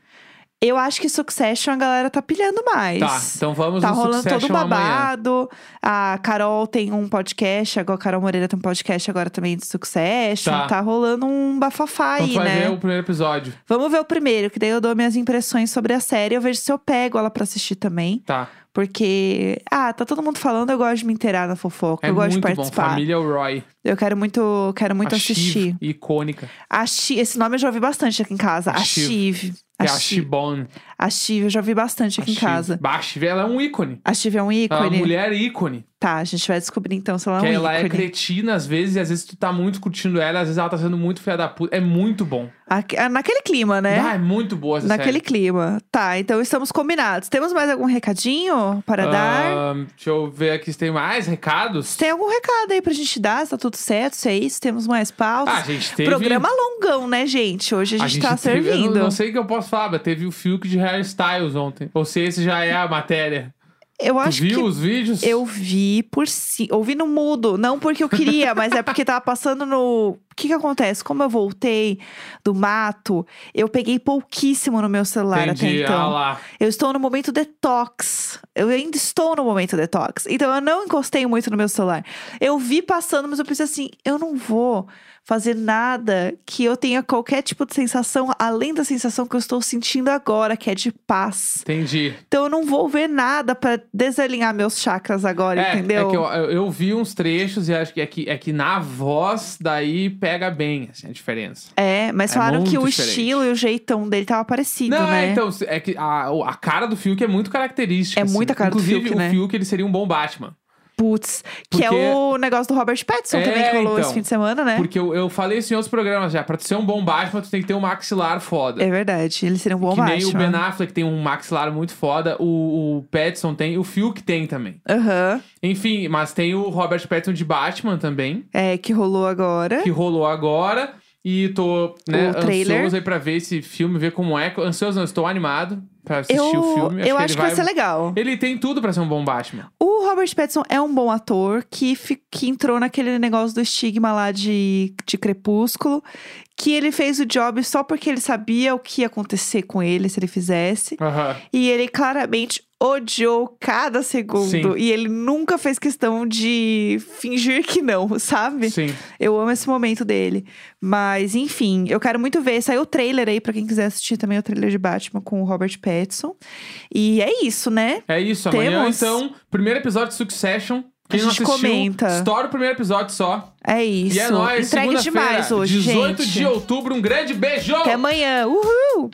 [SPEAKER 1] Eu acho que Succession a galera tá pilhando mais.
[SPEAKER 2] Tá, então vamos
[SPEAKER 1] Tá
[SPEAKER 2] no
[SPEAKER 1] rolando todo
[SPEAKER 2] Succession
[SPEAKER 1] um
[SPEAKER 2] amanhã.
[SPEAKER 1] babado. A Carol tem um podcast, agora a Carol Moreira tem um podcast agora também de Succession.
[SPEAKER 2] Tá.
[SPEAKER 1] Tá, rolando um bafafá
[SPEAKER 2] Então
[SPEAKER 1] aí,
[SPEAKER 2] tu vai
[SPEAKER 1] né?
[SPEAKER 2] ver o primeiro episódio.
[SPEAKER 1] Vamos ver o primeiro, que daí eu dou minhas impressões sobre a série. Eu vejo se eu pego ela pra assistir também.
[SPEAKER 2] Tá.
[SPEAKER 1] Porque, ah, tá todo mundo falando, eu gosto de me inteirar na fofoca.
[SPEAKER 2] É
[SPEAKER 1] eu gosto
[SPEAKER 2] muito
[SPEAKER 1] de
[SPEAKER 2] bom.
[SPEAKER 1] participar.
[SPEAKER 2] Família Roy.
[SPEAKER 1] Eu quero muito, quero muito
[SPEAKER 2] a
[SPEAKER 1] assistir.
[SPEAKER 2] Shiv, icônica.
[SPEAKER 1] A Chi- esse nome eu já ouvi bastante aqui em casa.
[SPEAKER 2] A
[SPEAKER 1] A
[SPEAKER 2] Shiv.
[SPEAKER 1] Chive.
[SPEAKER 2] É
[SPEAKER 1] A
[SPEAKER 2] a
[SPEAKER 1] Chive.
[SPEAKER 2] Shibon.
[SPEAKER 1] A Chive, eu já ouvi bastante aqui em casa.
[SPEAKER 2] Bah, a Shiv, ela é um ícone.
[SPEAKER 1] A Chive é um
[SPEAKER 2] Ela é uma
[SPEAKER 1] ícone.
[SPEAKER 2] mulher ícone.
[SPEAKER 1] Tá, a gente vai descobrir então se ela é um
[SPEAKER 2] que ela
[SPEAKER 1] ícone.
[SPEAKER 2] é cretina às vezes, e às vezes tu tá muito curtindo ela, às vezes ela tá sendo muito filha da puta. É muito bom.
[SPEAKER 1] Aque- ah, Naquele clima, né?
[SPEAKER 2] Ah, é muito boa essa
[SPEAKER 1] Naquele
[SPEAKER 2] série.
[SPEAKER 1] clima. Tá, então estamos combinados. Temos mais algum recadinho para
[SPEAKER 2] Ah,
[SPEAKER 1] dar?
[SPEAKER 2] Ahn, deixa eu ver aqui se tem mais recados.
[SPEAKER 1] Tem algum recado aí pra gente dar? Se tá tudo certo? Se é isso? Temos mais pautas?
[SPEAKER 2] Ah, a gente teve...
[SPEAKER 1] Programa longão, né, gente? Hoje a gente, tá
[SPEAKER 2] teve- eu
[SPEAKER 1] servindo.
[SPEAKER 2] não, não sei o que eu posso falar, mas teve o Fiuk de hairstyles ontem. Ou se esse já é a matéria.
[SPEAKER 1] Eu
[SPEAKER 2] Tu
[SPEAKER 1] acho
[SPEAKER 2] viu
[SPEAKER 1] que
[SPEAKER 2] os vídeos?
[SPEAKER 1] eu vi por si. Ouvi no mudo. Não porque eu queria, mas é porque tava passando no. O que que acontece? Como eu voltei do mato, eu peguei pouquíssimo no meu celular
[SPEAKER 2] Entendi.
[SPEAKER 1] até então.
[SPEAKER 2] Ah lá.
[SPEAKER 1] Eu estou no momento detox. Eu ainda estou no momento detox. Então eu não encostei muito no meu celular. Eu vi passando, mas eu pensei assim: eu não vou fazer nada que eu tenha qualquer tipo de sensação além da sensação que eu estou sentindo agora, que é de paz.
[SPEAKER 2] Entendi.
[SPEAKER 1] Então eu não vou ver nada pra desalinhar meus chakras agora,
[SPEAKER 2] é,
[SPEAKER 1] entendeu?
[SPEAKER 2] é que eu, eu- eu vi uns trechos e acho que é que, é que na voz daí pega bem assim, a diferença.
[SPEAKER 1] É, mas
[SPEAKER 2] É
[SPEAKER 1] falaram que
[SPEAKER 2] muito
[SPEAKER 1] o
[SPEAKER 2] diferente.
[SPEAKER 1] estilo e o jeitão dele tava parecido,
[SPEAKER 2] Não,
[SPEAKER 1] né?
[SPEAKER 2] é, então, é que a, a cara do Fiuk é muito característica.
[SPEAKER 1] É
[SPEAKER 2] assim.
[SPEAKER 1] muito a cara do
[SPEAKER 2] Inclusive,
[SPEAKER 1] Fiuk,
[SPEAKER 2] o
[SPEAKER 1] né?
[SPEAKER 2] Fiuk, ele seria um bom Batman.
[SPEAKER 1] Putz, que é
[SPEAKER 2] Porque-
[SPEAKER 1] o negócio do Robert Pattinson
[SPEAKER 2] É,
[SPEAKER 1] também que rolou
[SPEAKER 2] então.
[SPEAKER 1] esse fim de semana, né?
[SPEAKER 2] Porque eu, eu falei isso em outros programas já. Pra tu ser um bom Batman, tu tem que ter um maxilar foda.
[SPEAKER 1] É verdade, ele seria um bom
[SPEAKER 2] que nem o
[SPEAKER 1] Batman.
[SPEAKER 2] Ben Affleck tem um maxilar muito foda, o, o Pattinson tem, o Fiuk tem também.
[SPEAKER 1] Aham.
[SPEAKER 2] Enfim, mas tem o Robert Pattinson de Batman também,
[SPEAKER 1] É, que rolou agora.
[SPEAKER 2] que rolou agora. E tô, né,
[SPEAKER 1] O trailer.
[SPEAKER 2] ansioso aí pra ver esse filme, ver como é. Ansioso não, estou animado pra assistir
[SPEAKER 1] eu
[SPEAKER 2] o filme.
[SPEAKER 1] eu
[SPEAKER 2] ele
[SPEAKER 1] acho que vai
[SPEAKER 2] vai-
[SPEAKER 1] ser legal.
[SPEAKER 2] Ele tem tudo pra ser um bom Batman.
[SPEAKER 1] O Robert Pattinson é um bom ator que, fi- que entrou naquele negócio do estigma lá de, de Crepúsculo. Que ele fez o job só porque ele sabia o que ia acontecer com ele se ele fizesse.
[SPEAKER 2] Aham.
[SPEAKER 1] E ele claramente odiou cada segundo.
[SPEAKER 2] Sim.
[SPEAKER 1] E ele nunca fez questão de fingir que não, sabe?
[SPEAKER 2] Sim.
[SPEAKER 1] Eu amo esse momento dele. Mas, enfim, eu quero muito ver. Saiu o trailer aí pra quem quiser assistir também o trailer de Batman com o Robert Pattinson. E é isso, né?
[SPEAKER 2] É isso, amanhã
[SPEAKER 1] Temos.
[SPEAKER 2] então, primeiro episódio de Succession. Quem
[SPEAKER 1] A
[SPEAKER 2] não
[SPEAKER 1] gente
[SPEAKER 2] assistiu,
[SPEAKER 1] comenta.
[SPEAKER 2] estoura o primeiro episódio só.
[SPEAKER 1] É isso.
[SPEAKER 2] E é nóis,
[SPEAKER 1] Entregue
[SPEAKER 2] segunda-feira,
[SPEAKER 1] demais hoje,
[SPEAKER 2] 18
[SPEAKER 1] gente.
[SPEAKER 2] de outubro, um grande beijo!
[SPEAKER 1] Até amanhã. Uhul!